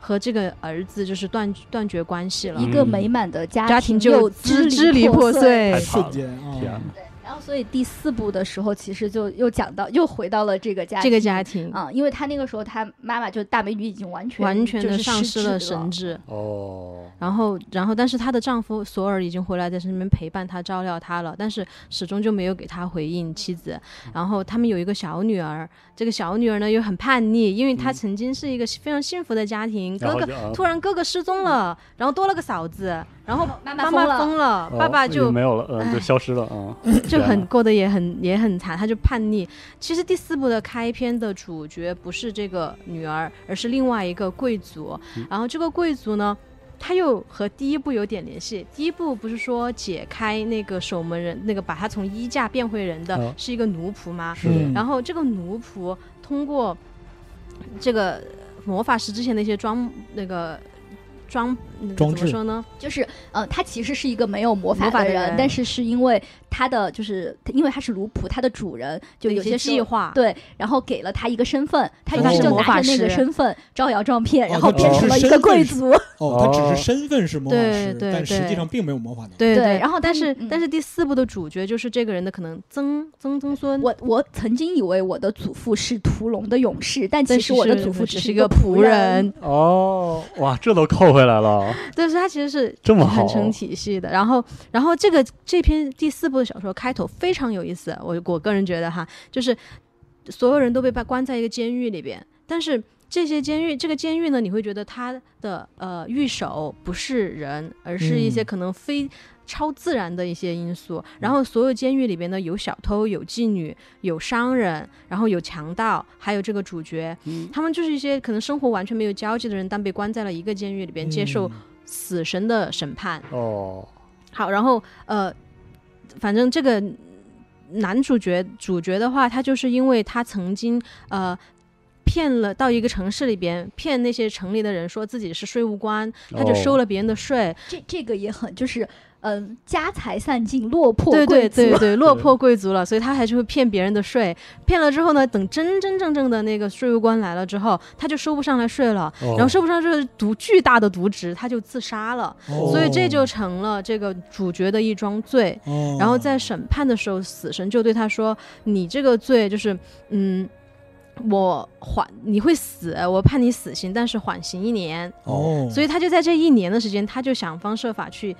Speaker 3: 和这个儿子就是断断绝关系了
Speaker 4: 一，个美满的
Speaker 3: 嗯家
Speaker 4: 家
Speaker 3: 庭
Speaker 4: 又
Speaker 3: 就支支离破
Speaker 4: 碎。
Speaker 1: 太惨
Speaker 3: 碎，
Speaker 2: 瞬
Speaker 1: 了，
Speaker 2: 间啊，
Speaker 1: 天哪
Speaker 4: 然后，所以第四部的时候，其实就又讲到，又回到了这个家
Speaker 3: 这个
Speaker 4: 庭
Speaker 3: 家庭
Speaker 4: 啊、因为他那个时候，他妈妈就大美女已经完全
Speaker 3: 完全
Speaker 4: 就
Speaker 3: 的
Speaker 4: 是
Speaker 3: 丧
Speaker 4: 失
Speaker 3: 失了
Speaker 4: 智了
Speaker 3: 神智。
Speaker 1: 哦，
Speaker 3: 然后，然后，但是她的丈夫索尔已经回来在身边陪伴她、照料她了，但是始终就没有给她回应妻子。然后他们有一个小女儿，这个小女儿呢又很叛逆，因为她曾经是一个非常幸福的家庭，
Speaker 1: 然
Speaker 3: 哥
Speaker 1: 后
Speaker 3: 哥
Speaker 1: 就啊
Speaker 3: 突然哥哥失踪了，然后多了个嫂子，然后
Speaker 4: 妈
Speaker 3: 妈
Speaker 4: 疯了，
Speaker 3: 妈疯了，爸爸
Speaker 1: 哦
Speaker 3: 就
Speaker 1: 没有了，嗯，就
Speaker 3: 唉
Speaker 1: 消失了啊，
Speaker 3: 就
Speaker 1: 天
Speaker 3: 很
Speaker 1: 哪
Speaker 3: 过得也很也很惨，他就叛逆。其实第四部的开篇的主角不是这个女儿，而是另外一个贵族。
Speaker 2: 嗯
Speaker 3: 然后这个贵族呢，他又和第一部有点联系。第一部不是说解开那个守门人，那个把他从衣架变回人
Speaker 1: 哦
Speaker 3: 的是一个奴仆吗？
Speaker 1: 是的
Speaker 2: 嗯
Speaker 3: 然后这个奴仆通过这个魔法师之前的一些装那个装那个
Speaker 2: 装
Speaker 3: 怎么
Speaker 2: 置
Speaker 3: 说呢？
Speaker 4: 就是呃，他其实是一个没有魔法
Speaker 3: 魔法
Speaker 4: 的
Speaker 3: 的
Speaker 4: 人，
Speaker 3: 人
Speaker 4: 但是是因为他的就是因为他是奴仆，他的主人就有
Speaker 3: 些
Speaker 4: 些
Speaker 3: 计
Speaker 4: 时候。
Speaker 3: 划，哦
Speaker 4: 对，然后给了他一个身份，他于
Speaker 2: 他
Speaker 4: 是
Speaker 2: 是
Speaker 4: 就
Speaker 2: 魔
Speaker 4: 拿
Speaker 3: 法
Speaker 4: 着那个
Speaker 3: 师哦
Speaker 4: 身份招摇撞骗，然后
Speaker 2: 他
Speaker 4: 变
Speaker 1: 只
Speaker 4: 成
Speaker 1: 是
Speaker 4: 了一
Speaker 2: 身
Speaker 4: 个
Speaker 2: 份
Speaker 4: 贵
Speaker 2: 是
Speaker 4: 族。
Speaker 2: 哦，他只是身份是魔法师，
Speaker 3: 对对
Speaker 2: 但实际
Speaker 3: 对
Speaker 2: 上并没有魔法能力。
Speaker 3: 对
Speaker 4: 对
Speaker 3: 对，
Speaker 4: 然后
Speaker 3: 但
Speaker 4: 他
Speaker 3: 是、
Speaker 4: 嗯
Speaker 3: 但是第四部的主角就是这个人的可能曾曾曾孙，
Speaker 4: 我我曾经以为我的祖父是屠龙的勇士，但
Speaker 3: 但
Speaker 4: 其实我的
Speaker 3: 是
Speaker 4: 祖父
Speaker 3: 只
Speaker 4: 是
Speaker 3: 是
Speaker 4: 一个
Speaker 3: 仆
Speaker 4: 人。，
Speaker 1: 哦，哇，这都扣回来了，啊
Speaker 3: 但是他其实是
Speaker 1: 这么好
Speaker 3: 很，成体系的。然后然后这个这篇第四部的小说开头非常有意思，我我个人觉得哈，就是所有人都被关关在一个监狱里边，但是。这些监狱，这个监狱呢，你会觉得他的呃狱手不是人，而是一些
Speaker 2: 嗯
Speaker 3: 可能非超自然的一些因素。然后所有监狱里边呢，有小偷，有妓女，有商人，然后有强盗，还有这个主角，
Speaker 1: 嗯
Speaker 3: 他们就是一些可能生活完全没有交集的人，但被关在了一个监狱里边，接受死神的审判。
Speaker 1: 哦，
Speaker 3: 好，然后呃，反正这个男主角主角的话，他就是因为他曾经呃。骗了到一个城市里边，骗那些城里的人说自己是税务官，他
Speaker 1: 哦
Speaker 3: 就收了别人的税，
Speaker 4: 这这个也很就是，嗯，家财散尽，落魄
Speaker 3: 对对
Speaker 4: 贵族。
Speaker 3: 对对，落
Speaker 1: 对
Speaker 3: 魄贵族了，所以他还是会骗别人的税，骗了之后呢，等真真正正的那个税务官来了之后，他就收不上来税了，
Speaker 1: 哦，
Speaker 3: 然后收不上税，渎巨大的渎职，他就自杀了，
Speaker 2: 哦，
Speaker 3: 所以这就成了这个主角的一桩罪。
Speaker 2: 哦，
Speaker 3: 然后在审判的时候，死神就对他说：“你这个罪就是，嗯，我缓你会死，我判你死刑，但是缓刑一年。
Speaker 2: 哦，
Speaker 3: 所以他就在这一年的时间，他就想方设法去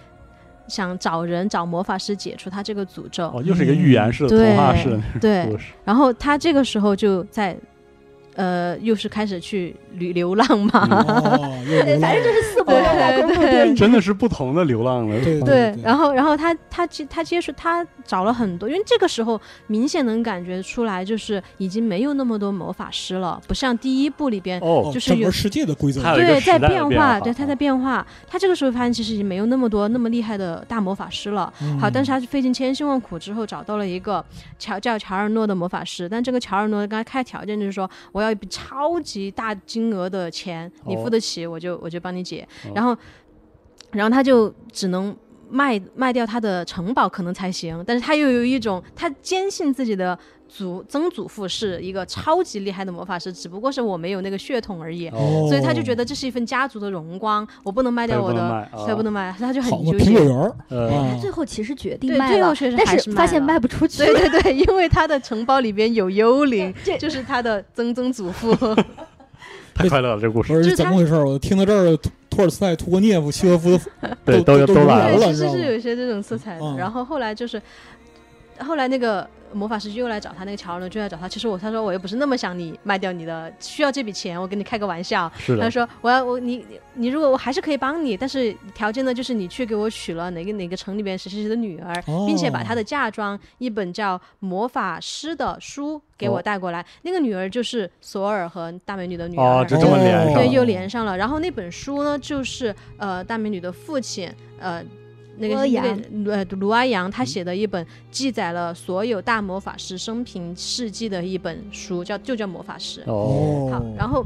Speaker 3: 想找人找魔法师解除他这个诅咒。
Speaker 1: 哦，又是一个寓言式的
Speaker 3: 对
Speaker 1: 童话式的那
Speaker 3: 对
Speaker 1: 种，故事，
Speaker 3: 然后他这个时候就在，呃，又是开始去旅流浪嘛。
Speaker 2: 哦，又
Speaker 4: 对，
Speaker 2: 有
Speaker 4: 反正就是四伯
Speaker 3: 对
Speaker 4: 乐大公
Speaker 3: 对
Speaker 4: 不得已。
Speaker 1: 真的是不同的流浪了，
Speaker 2: 对
Speaker 1: 方
Speaker 3: 对
Speaker 2: 对，
Speaker 3: 然后，然后他他接他接触他找了很多，因为这个时候明显能感觉出来，就是已经没有那么多魔法师了，不像第一部里边，
Speaker 1: 哦
Speaker 2: 哦，
Speaker 3: 就是
Speaker 2: 整
Speaker 3: 有
Speaker 2: 个世界的规则
Speaker 1: 还有一个
Speaker 3: 对，
Speaker 1: 时代
Speaker 3: 在
Speaker 1: 的
Speaker 3: 变
Speaker 1: 变化哦
Speaker 3: 对，他在变化。他这个时候发现，其实已经没有那么多那么厉害的大魔法师了。
Speaker 2: 嗯
Speaker 1: 嗯
Speaker 3: 好，但是他是费尽千辛万苦之后找到了一个乔叫乔尔诺的魔法师，但这个乔尔诺刚才开条件就是说，我要一笔超级大金额的钱，你
Speaker 1: 哦
Speaker 3: 付得起我就我就帮你解。
Speaker 1: 哦
Speaker 3: 然后，然后他就只能。卖卖掉他的城堡可能才行，但是他又有一种他坚信自己的祖曾祖父是一个超级厉害的魔法师，只不过是我没有那个血统而已。
Speaker 1: 哦，
Speaker 3: 所以他就觉得这是一份家族的荣光，我不能卖掉我的，
Speaker 1: 他
Speaker 3: 所以
Speaker 1: 也
Speaker 3: 不
Speaker 1: 不啊
Speaker 3: 能卖，他就很
Speaker 2: 好嘛，
Speaker 3: 纠
Speaker 2: 苹果
Speaker 3: 结。
Speaker 2: 园儿
Speaker 1: 呃，
Speaker 2: 啊
Speaker 4: 最后其实决定
Speaker 3: 对，
Speaker 4: 卖
Speaker 3: 最后
Speaker 4: 了，
Speaker 3: 确实
Speaker 4: 但
Speaker 3: 还
Speaker 4: 是
Speaker 3: 卖
Speaker 4: 发现
Speaker 3: 了
Speaker 4: 卖不出去。
Speaker 3: 对对对，因为他的城堡里边有幽灵，
Speaker 4: 这
Speaker 3: 就是他的曾曾 祖父。
Speaker 1: 太快乐了，这故事
Speaker 2: 不
Speaker 3: 就是是
Speaker 2: 怎
Speaker 3: 他
Speaker 2: 么回事儿？我听到这儿，托托尔斯泰、屠格涅夫、契诃夫
Speaker 1: 对
Speaker 2: 都
Speaker 1: 都
Speaker 2: 都
Speaker 1: 都
Speaker 2: 都
Speaker 1: 来
Speaker 2: 来
Speaker 1: 了
Speaker 2: 了，
Speaker 3: 对，
Speaker 2: 你
Speaker 3: 其
Speaker 2: 啊知道
Speaker 3: 实是
Speaker 2: 吗
Speaker 3: 有一些这种色彩的。
Speaker 2: 嗯
Speaker 3: 然后后来就是，后来那个魔法师又来找他，那个乔尔呢就来找他。其实我他说我又不是那么想你卖掉你的，需要这笔钱，我跟你开个玩笑。
Speaker 1: 是
Speaker 3: 他
Speaker 1: 的，
Speaker 3: 说：“我要我你你你如果我还是可以帮你，但是条件呢，就是你去给我娶了哪个哪个城里边谁谁谁的女儿，
Speaker 2: 哦
Speaker 3: 并且把她的嫁妆一本叫《魔法师》的书给
Speaker 1: 哦
Speaker 3: 我带过来。那个女儿就是索尔和大美女的女儿，
Speaker 1: 哦，就这么连上了，
Speaker 3: 对，又连上了。然后那本书呢，就是呃大美女的父亲呃。那个
Speaker 4: 阿
Speaker 3: 那
Speaker 4: 扬
Speaker 3: 个卢呃卢阿扬
Speaker 1: 嗯
Speaker 3: 他写的一本记载了所有大魔法师生平事迹的一本书，叫就叫魔法师。
Speaker 1: 哦，
Speaker 3: 好，然后。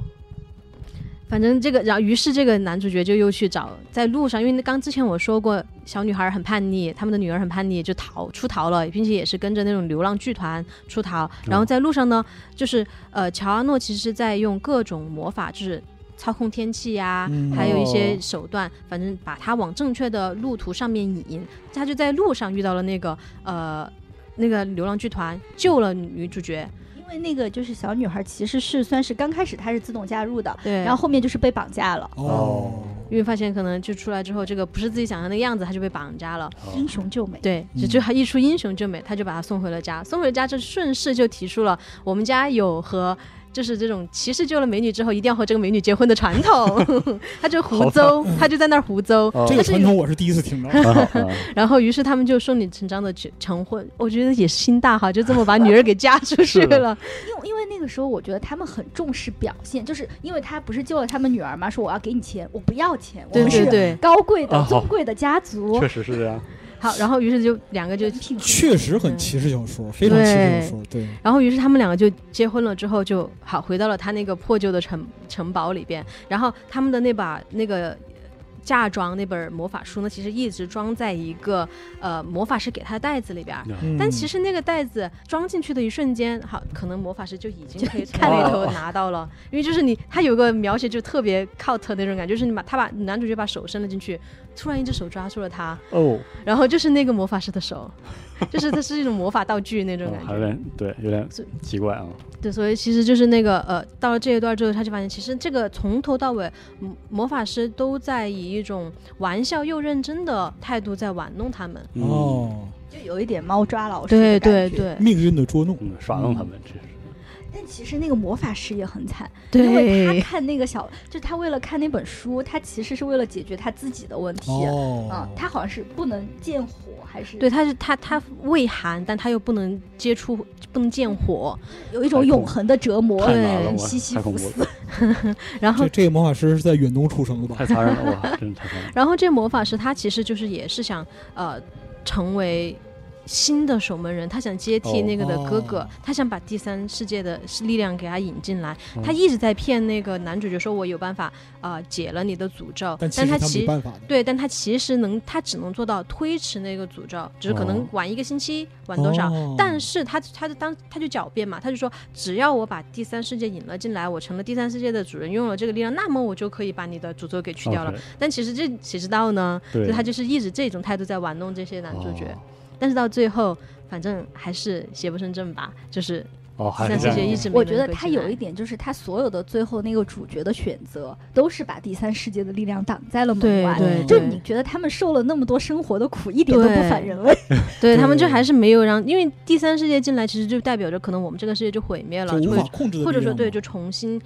Speaker 3: 反正这个，然后于是这个男主角就又去找，在路上，因为那刚之前我说过，小女孩很叛逆，他们的女儿很叛逆，就逃出逃了，并且也是跟着那种流浪剧团出逃。然后在路上呢，就是呃，乔阿诺其实在用各种魔法，就是操控天气呀、
Speaker 2: 嗯
Speaker 3: 还有一
Speaker 1: 哦
Speaker 3: 些手段，反正把他往正确的路途上面引。他就在路上遇到了那个呃那个流浪剧团，救了女主角。
Speaker 4: 因为那个就是小女孩其实是算是刚开始她是自动加入的，
Speaker 3: 对，
Speaker 4: 然后后面就是被绑架了，
Speaker 2: 哦，
Speaker 3: 因为发现可能就出来之后，这个不是自己想象的样子，他就被绑架了。
Speaker 1: 好
Speaker 4: 英雄救美。
Speaker 3: 对，
Speaker 2: 嗯
Speaker 3: 就就他一出英雄救美，他就把他送回了家。送回了家，这顺势就提出了我们家有和就是这种骑士救了美女之后，一定要和这个美女结婚的传 统。他就胡诌，他就在那儿胡诌。
Speaker 1: 哦
Speaker 2: 这个传统我是第一次听到。
Speaker 1: 很好啊，
Speaker 2: 哦
Speaker 3: 然后，于是他们就顺理成章的成成婚。我觉得也是心大哈，就这么把女儿给嫁出去
Speaker 1: 是的
Speaker 3: 了。
Speaker 4: 因为因为那个时候我觉得他们很重视表现，就是因为他不是救了他们女儿嘛，说我要给你钱，我不要钱，我
Speaker 3: 对
Speaker 4: 们
Speaker 3: 对
Speaker 4: 是
Speaker 3: 对，
Speaker 4: 高贵
Speaker 1: 哦啊
Speaker 4: 的
Speaker 1: 好
Speaker 4: 尊贵的家 族
Speaker 1: 确，实是这样。
Speaker 2: 哦
Speaker 3: 好。然后，于是就两个就
Speaker 4: 人品
Speaker 2: 确实很骑士小说，非常骑士小说。对，
Speaker 3: 然后，于是他们两个就结婚了，之后就好回到了他那个破旧的城城堡里边。然后他们的那把那个呃嫁妆那本魔法书呢，其实一直装在一个呃魔法师给他的袋子里边儿。
Speaker 1: 嗯
Speaker 3: 但其
Speaker 2: 实
Speaker 3: 其实那个袋子装进去的一瞬间，好，可能魔法师就已经可以从
Speaker 1: 看
Speaker 3: 里
Speaker 1: 了
Speaker 3: 头拿到了，因为就是你，他有个描写就特别 cut 那种感觉，就是你把他把男主角把手伸了进去，突然一只手抓住了他，
Speaker 1: 哦，
Speaker 3: 然后就是那个魔法师的手， 就是它是一种魔法道具那种
Speaker 1: 哦
Speaker 3: 感觉
Speaker 1: 还。有点对，有点
Speaker 3: 所以
Speaker 1: 奇怪啊。
Speaker 3: 对，所以其实就是那个呃，到了这一段之后，他就发现其实这个从头到尾，嗯魔法师都在以一种玩笑又认真的态度在玩弄他们。
Speaker 1: 嗯，
Speaker 2: 哦，
Speaker 4: 就有一点猫抓老鼠
Speaker 3: 对
Speaker 4: 的感
Speaker 3: 对
Speaker 4: 觉。
Speaker 3: 对
Speaker 2: 命运的捉弄，
Speaker 1: 嗯，耍弄他们，这是
Speaker 4: 但其实那个魔法师也很惨，因为
Speaker 3: 对
Speaker 4: 他，看那个小，就是他为了看那本书，他其实是为了解决他自己的问题。
Speaker 2: 哦
Speaker 4: 嗯，，他好像是不能见火，还 是
Speaker 3: 对，他是他他畏寒，但他又不能接触，不能见火，
Speaker 4: 有一种永恒的折磨，嗯
Speaker 1: 太难了，
Speaker 3: 对
Speaker 1: 我
Speaker 4: 西西
Speaker 1: 太恐
Speaker 4: 弗
Speaker 1: 怖
Speaker 4: 斯
Speaker 1: 了，
Speaker 3: 然后
Speaker 2: 这这个魔法师是在远东出生的吧？
Speaker 1: 太残忍了，哇，真的太残忍了。
Speaker 3: 然后这魔法师他其实就是也是想呃成为新的守门人，他想接替
Speaker 1: 哦
Speaker 3: 那个的哥哥，
Speaker 2: 哦
Speaker 3: 他想把第三世界的力量给他引进来。
Speaker 1: 嗯
Speaker 3: 他一直在骗那个男主角说：“我有办法啊、呃解了你的诅咒。”
Speaker 2: 但其
Speaker 3: 但
Speaker 2: 实
Speaker 3: 他
Speaker 2: 他没
Speaker 3: 其
Speaker 2: 办法的。
Speaker 3: 对，但他其实能，他只能做到推迟那个诅咒，只是可能
Speaker 1: 哦
Speaker 3: 晚一个星期，晚多少。
Speaker 2: 哦
Speaker 3: 但是他他就当他就狡辩嘛，他就说只要我把第三世界引了进来，我成了第三世界的主人，拥有了这个力量，那么我就可以把你的诅咒给 去掉了。
Speaker 1: OK，
Speaker 3: 但其实这谁知道呢？
Speaker 1: 对，
Speaker 3: 就他就是一直这种态度在玩弄这些男主角，
Speaker 1: 哦
Speaker 3: 但是到最后，反正还是邪不胜正吧，就是
Speaker 1: 哦，还
Speaker 3: 三
Speaker 1: 是这
Speaker 3: 世
Speaker 1: 样
Speaker 3: 界
Speaker 1: 的
Speaker 3: 一直没
Speaker 4: 我
Speaker 3: 能
Speaker 4: 觉得
Speaker 3: 归
Speaker 4: 他
Speaker 3: 进
Speaker 4: 有
Speaker 3: 来
Speaker 4: 一点就是他所有的最后那个主角的选择都是把第三世界的力量挡在了门
Speaker 3: 对
Speaker 4: 外。
Speaker 3: 对，
Speaker 4: 就
Speaker 3: 对
Speaker 4: 你觉得他们受了那么多生活的苦，一点都不反人类。
Speaker 3: 对他们就
Speaker 2: 对
Speaker 3: 还是没有让，因为第三世界进来，其实就代表着可能我们这个世界就毁灭了，
Speaker 2: 就无
Speaker 3: 或
Speaker 2: 法
Speaker 3: 者
Speaker 2: 控制的力量嘛，
Speaker 3: 或者说对，就重新。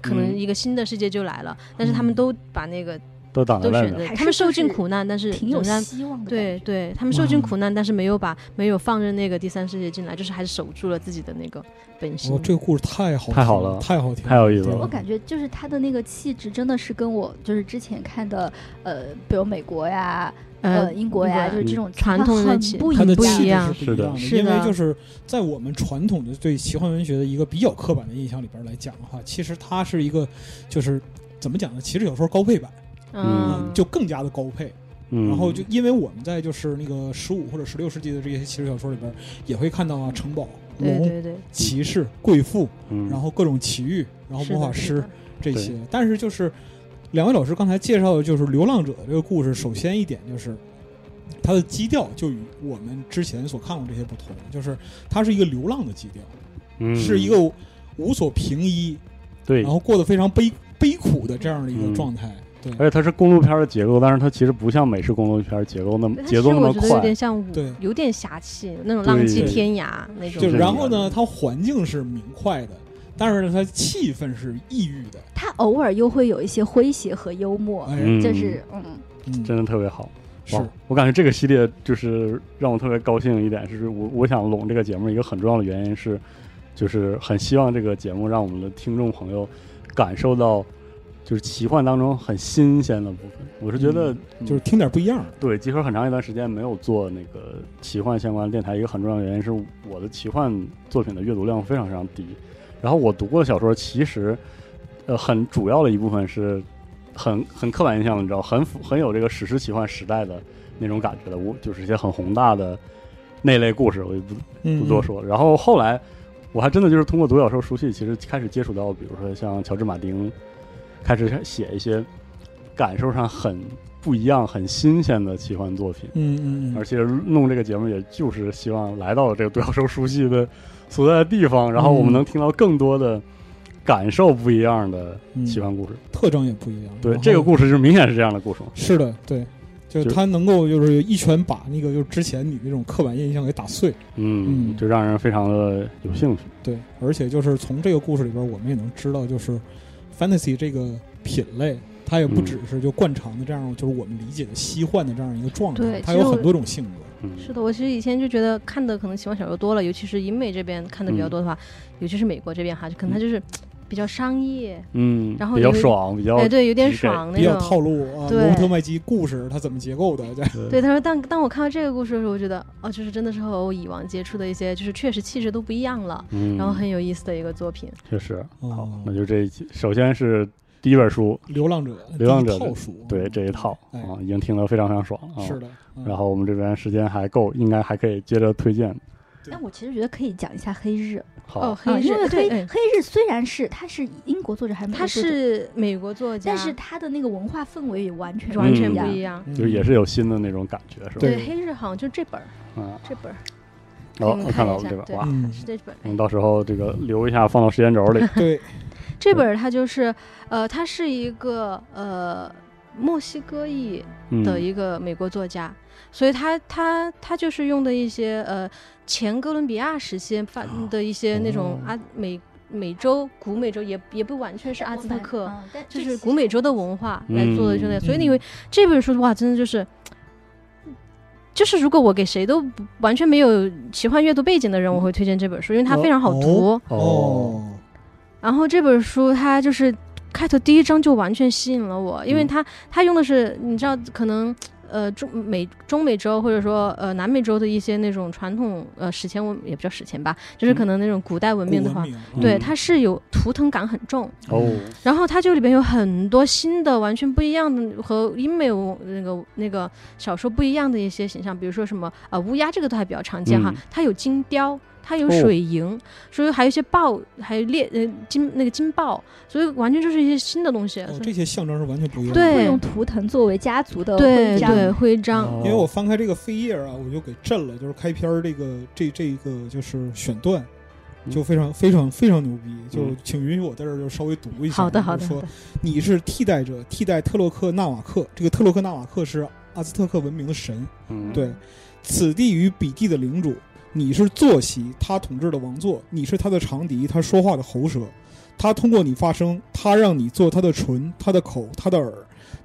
Speaker 3: 可能
Speaker 1: 嗯
Speaker 3: 一个新的世界就来了，但是他
Speaker 2: 嗯
Speaker 3: 们都把那个
Speaker 1: 都挡在
Speaker 3: 都
Speaker 1: 外
Speaker 3: 选
Speaker 1: 面
Speaker 3: 择
Speaker 1: 了，
Speaker 4: 还
Speaker 3: 他们
Speaker 4: 是就
Speaker 3: 受尽
Speaker 4: 是
Speaker 3: 苦难，但是
Speaker 4: 挺有
Speaker 3: 仍然
Speaker 4: 希望的。
Speaker 3: 对，对，他们受尽
Speaker 2: 哇
Speaker 3: 苦难，但是没有把没有放任那个第三世界进来，就是还是守住了自己的那个本心。
Speaker 2: 哦，这个故事太好，
Speaker 1: 太好了
Speaker 2: 太好听，
Speaker 1: 太有意思了
Speaker 4: 我感觉就是他的那个气质真的是跟我就是之前看的，呃，比如美国呀、
Speaker 3: 呃
Speaker 4: 呃，英国呀，
Speaker 3: 英国
Speaker 4: 就是这种
Speaker 3: 传统的
Speaker 4: 很
Speaker 3: 气
Speaker 4: 不一
Speaker 2: 他的
Speaker 3: 不
Speaker 2: 气
Speaker 3: 一
Speaker 2: 质
Speaker 4: 样。
Speaker 3: 样
Speaker 2: 是不一样
Speaker 3: 是的
Speaker 2: 因为就是在我们传统的对奇幻文学的一个比较刻板的印象里边来讲的话，其实它是一个就是怎么讲呢？骑士小说高配版，
Speaker 1: 嗯
Speaker 3: 嗯，
Speaker 2: 就更加的高配。
Speaker 1: 嗯，
Speaker 2: 然后就因为我们在就是那个十五或者十六世纪的这些骑士小说里边，也会看到啊城堡、
Speaker 3: 对
Speaker 2: 龙、
Speaker 3: 对对，
Speaker 2: 骑士、贵妇，
Speaker 1: 嗯，
Speaker 2: 然后各种奇遇，然后
Speaker 3: 是
Speaker 2: 魔
Speaker 3: 的
Speaker 2: 法
Speaker 3: 是
Speaker 2: 师
Speaker 3: 的
Speaker 2: 这
Speaker 1: 对
Speaker 2: 些。但是就是两位老师刚才介绍的就是《流浪者》这个故事，首先一点就是。它的基调就与我们之前所看过这些不同，就是它是一个流浪的基调，
Speaker 1: 嗯
Speaker 2: 是一个无所凭依，
Speaker 1: 对
Speaker 2: 然，后过得非常悲悲苦的这样的一
Speaker 1: 嗯
Speaker 2: 个状态。对
Speaker 1: 而且它是公路片儿的节奏，但是它其实不像美式公路片儿节奏那么
Speaker 3: 它
Speaker 1: 节奏
Speaker 3: 其实
Speaker 1: 那么
Speaker 3: 我觉得有点
Speaker 1: 快，
Speaker 3: 像武
Speaker 2: 对，
Speaker 3: 有点侠气，那种浪迹
Speaker 1: 对
Speaker 3: 天涯那
Speaker 1: 是
Speaker 3: 种。
Speaker 2: 就
Speaker 1: 的
Speaker 2: 然后呢，它环境是明快的，但是呢，它气氛是抑郁的。
Speaker 4: 他偶尔又会有一些诙谐和幽默，
Speaker 2: 哎，
Speaker 1: 嗯，
Speaker 4: 就是嗯，
Speaker 2: 嗯，
Speaker 1: 真的特别好。
Speaker 2: 是
Speaker 1: 哇，我感觉这个系列就是让我特别高兴一点，是我我想拢这个节目一个很重要的原因是，就是很希望这个节目让我们的听众朋友感受到就是奇幻当中很新鲜的部分。我是觉得，嗯
Speaker 2: 就是听点不一样的。
Speaker 1: 对集合很长一段时间没有做那个奇幻相关的电台，一个很重要的原因是我的奇幻作品的阅读量非常非常低。然后我读过的小说，其实呃很主要的一部分是很很刻板印象的，你知道，很符很有这个史诗奇幻时代的那种感觉的，我就是一些很宏大的那类故事，我就不
Speaker 2: 嗯，
Speaker 1: 不多说。然后后来，我还真的就是通过独角兽书系，其实开始接触到，比如说像乔治马丁，开始写一些感受上很不一样、很新鲜的奇幻作品。
Speaker 2: 嗯。嗯嗯
Speaker 1: 而
Speaker 2: 嗯，
Speaker 1: 且弄这个节目，也就是希望来到这个独角兽书系的所在的地方，然后
Speaker 3: 嗯
Speaker 1: 我们能听到更多的感受不一样的
Speaker 2: 嗯
Speaker 1: 奇幻故事。
Speaker 2: 特征也不一样。
Speaker 1: 对，
Speaker 2: 然后
Speaker 1: 这个故事就明显是这样的故事嘛。
Speaker 2: 是的，对，就是
Speaker 1: 就
Speaker 2: 他能够就是一拳把那个就是之前你那种刻板印象给打碎。
Speaker 1: 嗯，
Speaker 2: 嗯
Speaker 1: 就让人非常的有兴趣。
Speaker 2: 对，而且就是从这个故事里边儿，我们也能知道，就是 fantasy 这个品类，它也不
Speaker 1: 嗯
Speaker 2: 只是就惯常的这样，就是我们理解的西幻的这样一个状态，
Speaker 3: 对
Speaker 2: 它
Speaker 3: 其
Speaker 2: 有
Speaker 3: 实
Speaker 2: 很
Speaker 3: 我
Speaker 2: 多种性格。
Speaker 1: 嗯，
Speaker 3: 是的，我其实以前就觉得看的可能喜欢小说多了，尤其是英美这边看的
Speaker 1: 嗯
Speaker 3: 比较多的话，尤其是美国这边哈，就可能它就是比较商业，
Speaker 1: 嗯，
Speaker 3: 然后
Speaker 1: 比较
Speaker 3: 有一
Speaker 1: 爽，比较
Speaker 3: 哎，对，有点
Speaker 1: 直给
Speaker 3: 爽
Speaker 2: 比较
Speaker 3: 那
Speaker 2: 套
Speaker 3: 种。
Speaker 2: 路啊，
Speaker 3: 对
Speaker 2: 罗伯特麦基故事它怎么结构的？这
Speaker 3: 对，他说，但当我看到这个故事的时候，我觉得哦，就是真的是和我以往接触的一些，就是确实气质都不一样了，
Speaker 1: 嗯，
Speaker 3: 然后很有意思的一个作品。
Speaker 1: 确实，好
Speaker 2: 哦，
Speaker 1: 嗯那就这一期，首先是第一本书，
Speaker 2: 流浪者，
Speaker 1: 流浪者
Speaker 2: 第一套书，
Speaker 1: 对这一套
Speaker 2: 哎
Speaker 1: 啊，已经听得非常非常爽啊。
Speaker 2: 是。的。嗯
Speaker 1: 然后我们这边时间还够，应该还可以接着推荐。
Speaker 4: 但我其实觉得可以讲一下黑日
Speaker 1: 好，
Speaker 3: 黑
Speaker 4: 啊，因为
Speaker 3: 日
Speaker 4: 黑
Speaker 3: 对，哎
Speaker 4: 黑日虽然是它是英国作者还是美
Speaker 3: 他
Speaker 4: 国作者，
Speaker 3: 是美国作家，
Speaker 4: 但是它的那个文化氛围也完全
Speaker 3: 完全
Speaker 1: 嗯
Speaker 3: 不
Speaker 4: 样
Speaker 3: 一。样。
Speaker 2: 嗯
Speaker 1: 就是也是有新的那种感觉，是吧？
Speaker 2: 对
Speaker 3: 黑日好像就这本儿，
Speaker 1: 嗯，
Speaker 3: 这本儿，
Speaker 1: 然后
Speaker 3: 你
Speaker 1: 哦
Speaker 3: 们
Speaker 1: 我看
Speaker 3: 看
Speaker 1: 到
Speaker 3: 一
Speaker 1: 了
Speaker 3: 下
Speaker 1: 这本，
Speaker 3: 对
Speaker 1: 哇，
Speaker 2: 嗯，
Speaker 3: 是这本儿。
Speaker 1: 我们到时候这个留一下，放到时间轴 里。
Speaker 2: 对，
Speaker 3: 这本儿它就是，呃，它是一个呃墨西哥裔的
Speaker 1: 嗯
Speaker 3: 一个美国作家，所以他他他就是用的一些呃前哥伦比亚时期发
Speaker 1: 哦
Speaker 3: 的一些那种
Speaker 1: 哦
Speaker 3: 阿美美洲古美洲也也不完全是阿兹特克，
Speaker 4: 嗯，但
Speaker 3: 就
Speaker 4: 这
Speaker 3: 是
Speaker 4: 其
Speaker 3: 古
Speaker 4: 实
Speaker 3: 美洲的文化来做的这类，
Speaker 1: 嗯
Speaker 3: 所以你会这本书的话，真的就是。就是如果我给谁都不完全没有奇幻阅读背景的人，我会推荐这本书，因为它非常好读。
Speaker 1: 哦，
Speaker 2: 哦，
Speaker 3: 然后这本书它就是开头第一章就完全吸引了我，因为
Speaker 1: 嗯
Speaker 3: 它它用的是你知道可能呃中美中美洲或者说呃南美洲的一些那种传统呃史前文也不叫史前吧，就是可能那种古代文
Speaker 2: 古
Speaker 3: 明的
Speaker 2: 文
Speaker 3: 话，
Speaker 2: 明
Speaker 3: 对
Speaker 1: 嗯
Speaker 3: 它是有图腾感很重，
Speaker 1: 哦，
Speaker 3: 然后它就里边有很多新的完全不一样的和英美文那个那个小说不一样的一些形象，比如说什么呃乌鸦这个都还比较常见哈，
Speaker 1: 嗯
Speaker 3: 它有金雕。它有
Speaker 1: 哦
Speaker 3: 水银，所以还有一些豹，还有猎呃金那个金豹，所以完全就是一些新的东西。
Speaker 2: 哦
Speaker 3: 所以
Speaker 2: 这些象征是完全不一样的。
Speaker 3: 对
Speaker 4: 会用图腾作为家族的
Speaker 3: 对
Speaker 4: 徽章
Speaker 3: 对，徽章，
Speaker 1: 哦
Speaker 2: 因为我翻开这个扉页啊，我就给震了，就是开篇儿这个这这个就是选段，
Speaker 1: 嗯
Speaker 2: 就非常非常非常牛逼，就
Speaker 1: 嗯
Speaker 2: 请允许我在这儿就稍微读一下。
Speaker 3: 好的
Speaker 2: 就是
Speaker 3: 好的
Speaker 2: 说你是替代者，替代特洛克纳瓦克，这个特洛克纳瓦克是阿兹特克文明的神，
Speaker 1: 嗯，
Speaker 2: 对，此地与彼地的领主，你是坐席，他统治的王座，你是他的长笛，他说话的喉舌，他通过你发声，他让你做他的唇、他的口、他的耳，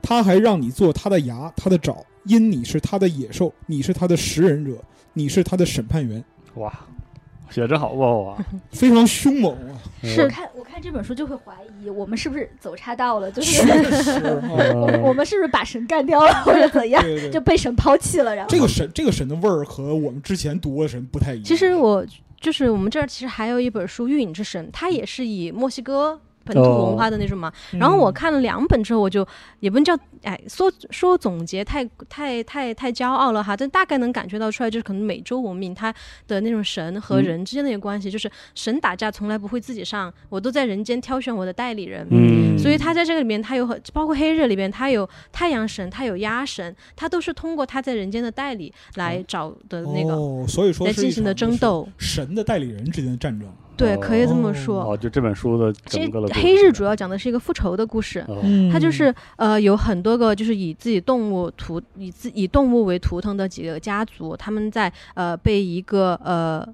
Speaker 2: 他还让你做他的牙、他的爪，因你是他的野兽，你是他的食人者，你是他的审判员，
Speaker 1: 哇，写真好不好 啊？
Speaker 2: 非常凶猛啊！
Speaker 4: 我看我看这本书就会怀疑我们是不是走岔道了，就
Speaker 2: 确
Speaker 4: 是
Speaker 2: 实 啊，
Speaker 4: 我 们我
Speaker 1: 呃
Speaker 4: 们是不是把神干掉了或者怎样，
Speaker 2: 对对
Speaker 4: 就
Speaker 2: 对，
Speaker 4: 被神抛弃了，然后
Speaker 2: 这个神这个神的味儿和我们之前读过的神不太一样。
Speaker 3: 其实我就是我们这儿其实还有一本书《御影之神》，它也是以墨西哥本土文化的那种嘛。
Speaker 2: 嗯，
Speaker 3: 然后我看了两本之后，我就也不能叫哎说说总结太太太太骄傲了哈，但大概能感觉到出来，就是可能美洲文明它的那种神和
Speaker 1: 嗯
Speaker 3: 人之间的一个关系，就是神打架从来不会自己上，我都在人间挑选我的代理人。
Speaker 1: 嗯，
Speaker 3: 所以他在这个里面，他有很包括黑日里面，他有太阳神，他有鸭神，他都是通过他在人间的代理来找的那个、
Speaker 2: 哦，所以说
Speaker 3: 来
Speaker 2: 是一
Speaker 3: 进行的
Speaker 2: 场就
Speaker 3: 争
Speaker 2: 是
Speaker 3: 斗。
Speaker 2: 神的代理人之间的战争。
Speaker 3: 对，
Speaker 1: 哦
Speaker 3: 可以这么说。
Speaker 1: 哦，就这本书的
Speaker 3: 其
Speaker 1: 整
Speaker 3: 实
Speaker 1: 个的哦
Speaker 3: 黑日主要讲的是一个复仇的故事，
Speaker 1: 要
Speaker 2: 嗯
Speaker 3: 它就是呃有很多个就是以自己动物图以自以动物为图腾的几个家族，他们在呃被一个呃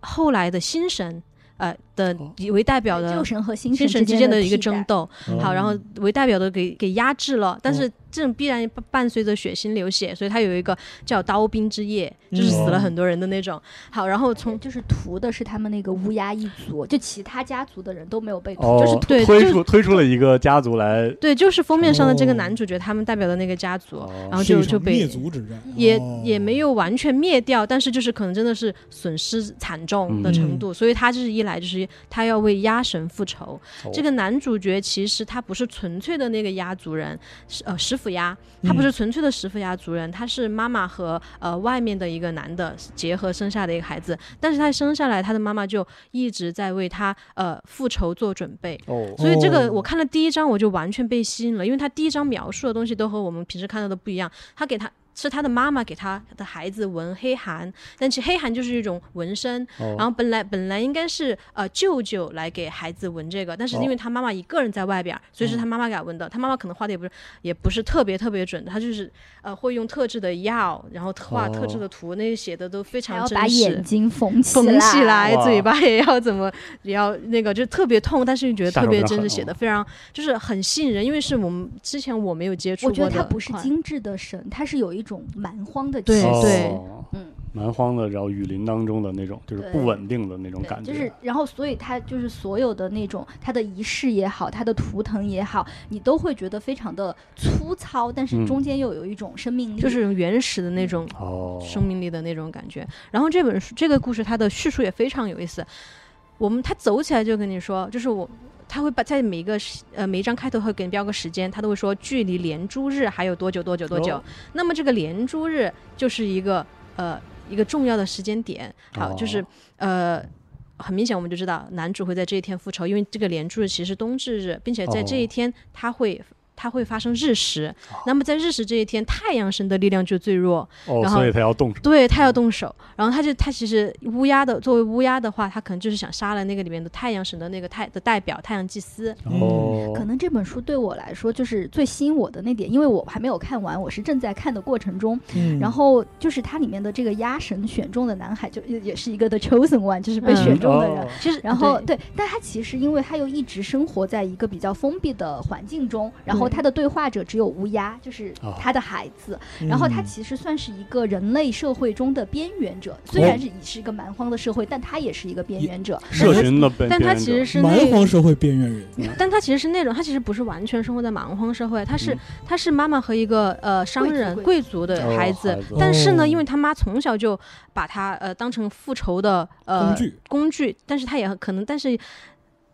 Speaker 3: 后来的新神呃的
Speaker 1: 哦
Speaker 3: 以为代表的
Speaker 4: 旧神和新
Speaker 3: 精神之间
Speaker 4: 间
Speaker 3: 的一个
Speaker 4: 替
Speaker 3: 争
Speaker 4: 代，
Speaker 3: 斗。
Speaker 1: 嗯
Speaker 3: 好，然
Speaker 2: 哦
Speaker 3: 后为代表的给给压制了，但
Speaker 1: 哦
Speaker 3: 是这种必然伴伴随着血腥流血，所以它有一个叫刀兵之夜，就是死了
Speaker 1: 嗯
Speaker 3: 很多人的那种。好，然后从
Speaker 4: 就是屠的是他们那个乌鸦一族，就其他家族的人都没有被屠，
Speaker 1: 哦，
Speaker 4: 就是
Speaker 3: 对
Speaker 1: 推
Speaker 3: 就
Speaker 1: 出推出了一个家族来，
Speaker 3: 对，就是封面上的这个
Speaker 2: 哦
Speaker 3: 男主角，他们代表的那个家族，
Speaker 1: 哦
Speaker 3: 然后
Speaker 2: 是一
Speaker 3: 就
Speaker 2: 场
Speaker 3: 就被
Speaker 2: 灭族之战，
Speaker 3: 也
Speaker 2: 哦
Speaker 3: 也没有完全灭掉，但是就是可能真的是损失惨重的程度，所以他就是一来就是他要为鸭神复仇。
Speaker 1: 哦
Speaker 3: 这个男主角其实他不是纯粹的那个鸭族人，是呃食腐鸭，他不是纯粹的食腐鸭族人，他是妈妈和呃外面的一个男的结合生下的一个孩子，但是他生下来他的妈妈就一直在为他呃复仇做准备。
Speaker 1: 哦，
Speaker 3: 所以这个
Speaker 2: 哦
Speaker 3: 我看了第一章我就完全被吸引了，因为他第一章描述的东西都和我们平时看到的不一样。他给他是他的妈妈给他的孩子纹黑函，但其实黑函就是一种纹身。
Speaker 1: 然
Speaker 3: 然后本来本来应该是呃舅舅来给孩子纹这个，但是因为他妈妈一个人在外边儿，所以是
Speaker 1: 嗯
Speaker 3: 他妈妈给他纹的。他妈妈可能画的也不是也不是特别特别准，他就是呃会用特制的药，然后
Speaker 1: 哦
Speaker 3: 画特制的图，那些写的都非
Speaker 4: 还
Speaker 3: 常
Speaker 4: 要
Speaker 3: 真
Speaker 4: 把
Speaker 3: 实。
Speaker 4: 眼睛缝 起
Speaker 3: 缝起
Speaker 4: 来，
Speaker 3: 来，
Speaker 1: 哇
Speaker 3: 嘴巴也要怎么也要那个，就特别痛，但是你觉得
Speaker 1: 下
Speaker 3: 特
Speaker 1: 手
Speaker 3: 别
Speaker 1: 比较
Speaker 3: 真
Speaker 4: 嗯
Speaker 3: 实，
Speaker 1: 狠
Speaker 3: 写的
Speaker 1: 哦
Speaker 3: 非常就是很吸引人，因为是我们之前我没有接触
Speaker 4: 我
Speaker 3: 过的
Speaker 4: 觉
Speaker 3: 款。
Speaker 4: 得他不是精致的神，他是有一种蛮荒的
Speaker 3: 对
Speaker 4: 气
Speaker 1: 哦
Speaker 4: 息
Speaker 3: 对
Speaker 4: 嗯，
Speaker 1: 蛮荒的，然后雨林当中的那种，就是
Speaker 4: 对
Speaker 1: 不稳定的那种
Speaker 4: 对
Speaker 1: 感觉，
Speaker 4: 就是，然后，所以他就是所有的那种他的仪式也好，他的图腾也好，你都会觉得非常的粗糙，但
Speaker 1: 嗯
Speaker 4: 是中间又有一种生命力。
Speaker 3: 就是原始的那种
Speaker 1: 哦，
Speaker 3: 生命力的那种感觉。然后这本书这个故事它的叙述也非常有意思，我们他走起来就跟你说，就是我。他会把在每一个时呃每一章开头会给你标个时间，他都会说距离连珠日还有多久多久多久。
Speaker 1: 哦
Speaker 3: 那么这个连珠日就是一个呃一个重要的时间点，好，就是
Speaker 1: 哦
Speaker 3: 呃，很明显我们就知道男主会在这一天复仇，因为这个连珠日其实是冬至日，并且在这一
Speaker 1: 哦
Speaker 3: 天他会、他会发生日食。那么在日食这一天，太阳神的力量就最弱，
Speaker 1: 哦，
Speaker 3: 然后
Speaker 1: 所以他要动手，
Speaker 3: 对他要动手，然后他就他其实乌鸦的作为乌鸦的话，他可能就是想杀了那个里面的太阳神的那个太的代表太阳祭司。
Speaker 2: 嗯
Speaker 1: 哦，
Speaker 4: 可能这本书对我来说就是最吸引我的那点，因为我还没有看完，我是正在看的过程中。
Speaker 2: 嗯，
Speaker 4: 然后就是它里面的这个鸭神选中的男孩，就也也是一个 the chosen one，就是被
Speaker 3: 嗯
Speaker 4: 选中的人。
Speaker 1: 哦
Speaker 3: 其实
Speaker 4: 然后对，但他其实因为他又一直生活在一个比较封闭的环境中，然后
Speaker 3: 对
Speaker 4: 他的对话者只有乌鸦，就是
Speaker 1: 哦
Speaker 4: 他的孩子。
Speaker 2: 嗯，
Speaker 4: 然后他其实算是一个人类社会中的边缘者，虽
Speaker 3: 哦
Speaker 4: 然是是一个蛮荒的社会，但他也是一个边缘者。
Speaker 1: 社群的本，
Speaker 3: 但他
Speaker 1: 边缘
Speaker 3: 其
Speaker 1: 者
Speaker 3: 实是那
Speaker 2: 蛮荒社会边缘人，
Speaker 3: 但他其实是那种，他其实不是完全生活在蛮荒社会，他是、
Speaker 1: 嗯
Speaker 3: 他是妈妈和一个呃商
Speaker 4: 贵族
Speaker 3: 人
Speaker 4: 贵
Speaker 3: 贵族的
Speaker 1: 哦
Speaker 3: 孩
Speaker 1: 孩
Speaker 3: 子，
Speaker 1: 子
Speaker 3: 但是
Speaker 2: 哦
Speaker 3: 呢，因为他妈从小就把他呃当成复仇的呃
Speaker 2: 工具，
Speaker 3: 工具，但是他也可能，但是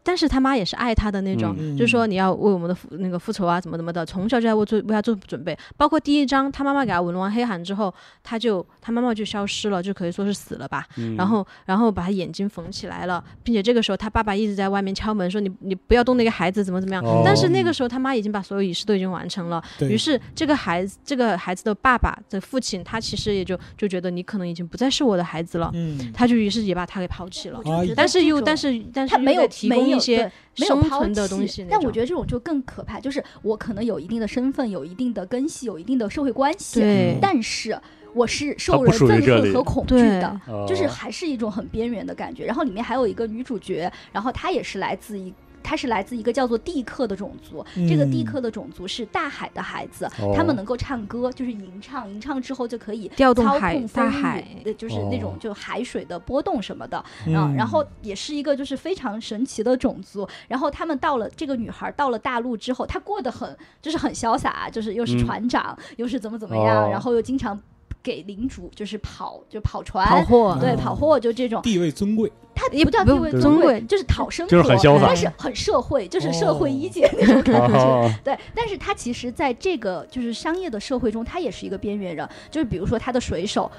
Speaker 3: 但是他妈也是爱他的那种，
Speaker 2: 嗯
Speaker 3: 呃就是说你要为我们的复那个复仇啊，怎么怎么的，从小就在为做为他做准备。包括第一章，他妈妈给他纹完黑函之后，他就他妈妈就消失了，就可以说是死了吧。
Speaker 1: 嗯
Speaker 3: 然后然后把他眼睛缝起来了，并且这个时候他爸爸一直在外面敲门说你你不要动那个孩子，怎么怎么样。
Speaker 1: 哦
Speaker 3: 但是那个时候他妈已经把所有仪式都已经完成了，
Speaker 2: 对
Speaker 3: 于是这个孩子，这个孩子的爸爸的父亲，他其实也就就觉得你可能已经不再是我的孩子了，
Speaker 2: 嗯，
Speaker 3: 他就于是也把他给抛弃了
Speaker 4: 我。就觉
Speaker 2: 哎
Speaker 4: 得
Speaker 3: 但是
Speaker 4: 哦这
Speaker 3: 又
Speaker 4: 种
Speaker 3: 但是但是
Speaker 4: 他
Speaker 3: 又
Speaker 4: 没
Speaker 3: 在
Speaker 4: 有
Speaker 3: 提
Speaker 4: 没
Speaker 3: 供
Speaker 4: 有
Speaker 3: 一些
Speaker 4: 对没有
Speaker 3: 生
Speaker 4: 抛
Speaker 3: 存的
Speaker 4: 弃
Speaker 3: 东西那
Speaker 4: 但我
Speaker 3: 种
Speaker 4: 觉得这种就更可怕，就是我可能有一定的身份，有一定的根系，有一定的社会关系，
Speaker 3: 对
Speaker 4: 但是我是
Speaker 1: 它
Speaker 4: 受
Speaker 1: 不
Speaker 4: 人
Speaker 1: 属于
Speaker 4: 憎
Speaker 1: 这
Speaker 4: 恨
Speaker 1: 里
Speaker 4: 和恐惧
Speaker 3: 对
Speaker 4: 的。
Speaker 1: 哦
Speaker 4: 就是还是一种很边缘的感觉。然后里面还有一个女主角，然后她也是来自一。她是来自一个叫做地克的种族，这个
Speaker 2: 嗯
Speaker 4: 地克的种族是大海的孩子，
Speaker 1: 哦
Speaker 4: 他们 能够唱歌，就是吟唱，吟唱之后就可以
Speaker 3: 调动
Speaker 4: 操
Speaker 3: 海
Speaker 4: 控
Speaker 3: 大
Speaker 4: 风雨
Speaker 3: 海
Speaker 4: 呃就是那种
Speaker 1: 哦
Speaker 4: 就海水的波动什么的。嗯，
Speaker 3: 啊
Speaker 2: 嗯
Speaker 4: 然后也是一个就是非常神奇的种族。然后他们到了这个女孩到了大陆之后，她过得很就是很潇洒啊，就是又是
Speaker 1: 嗯
Speaker 4: 船长，又是怎么怎么样，
Speaker 1: 哦
Speaker 4: 然后又经常给领主就是跑就跑船，
Speaker 3: 跑货，
Speaker 4: 对
Speaker 1: 哦
Speaker 2: 嗯
Speaker 4: 跑货就这种，
Speaker 2: 地位尊贵，
Speaker 4: 他
Speaker 3: 也
Speaker 4: 不叫
Speaker 3: 不
Speaker 4: 地位
Speaker 1: 对
Speaker 4: 尊
Speaker 3: 尊
Speaker 4: 贵
Speaker 3: 贵，
Speaker 4: 就是讨生活，
Speaker 1: 就是很潇洒
Speaker 4: 但是很社会，就是社会一姐那种感觉。
Speaker 1: 哦
Speaker 4: 对，但是他其实在这个就是商业的社会中，他也是一个边缘人，就是比如说他的水手。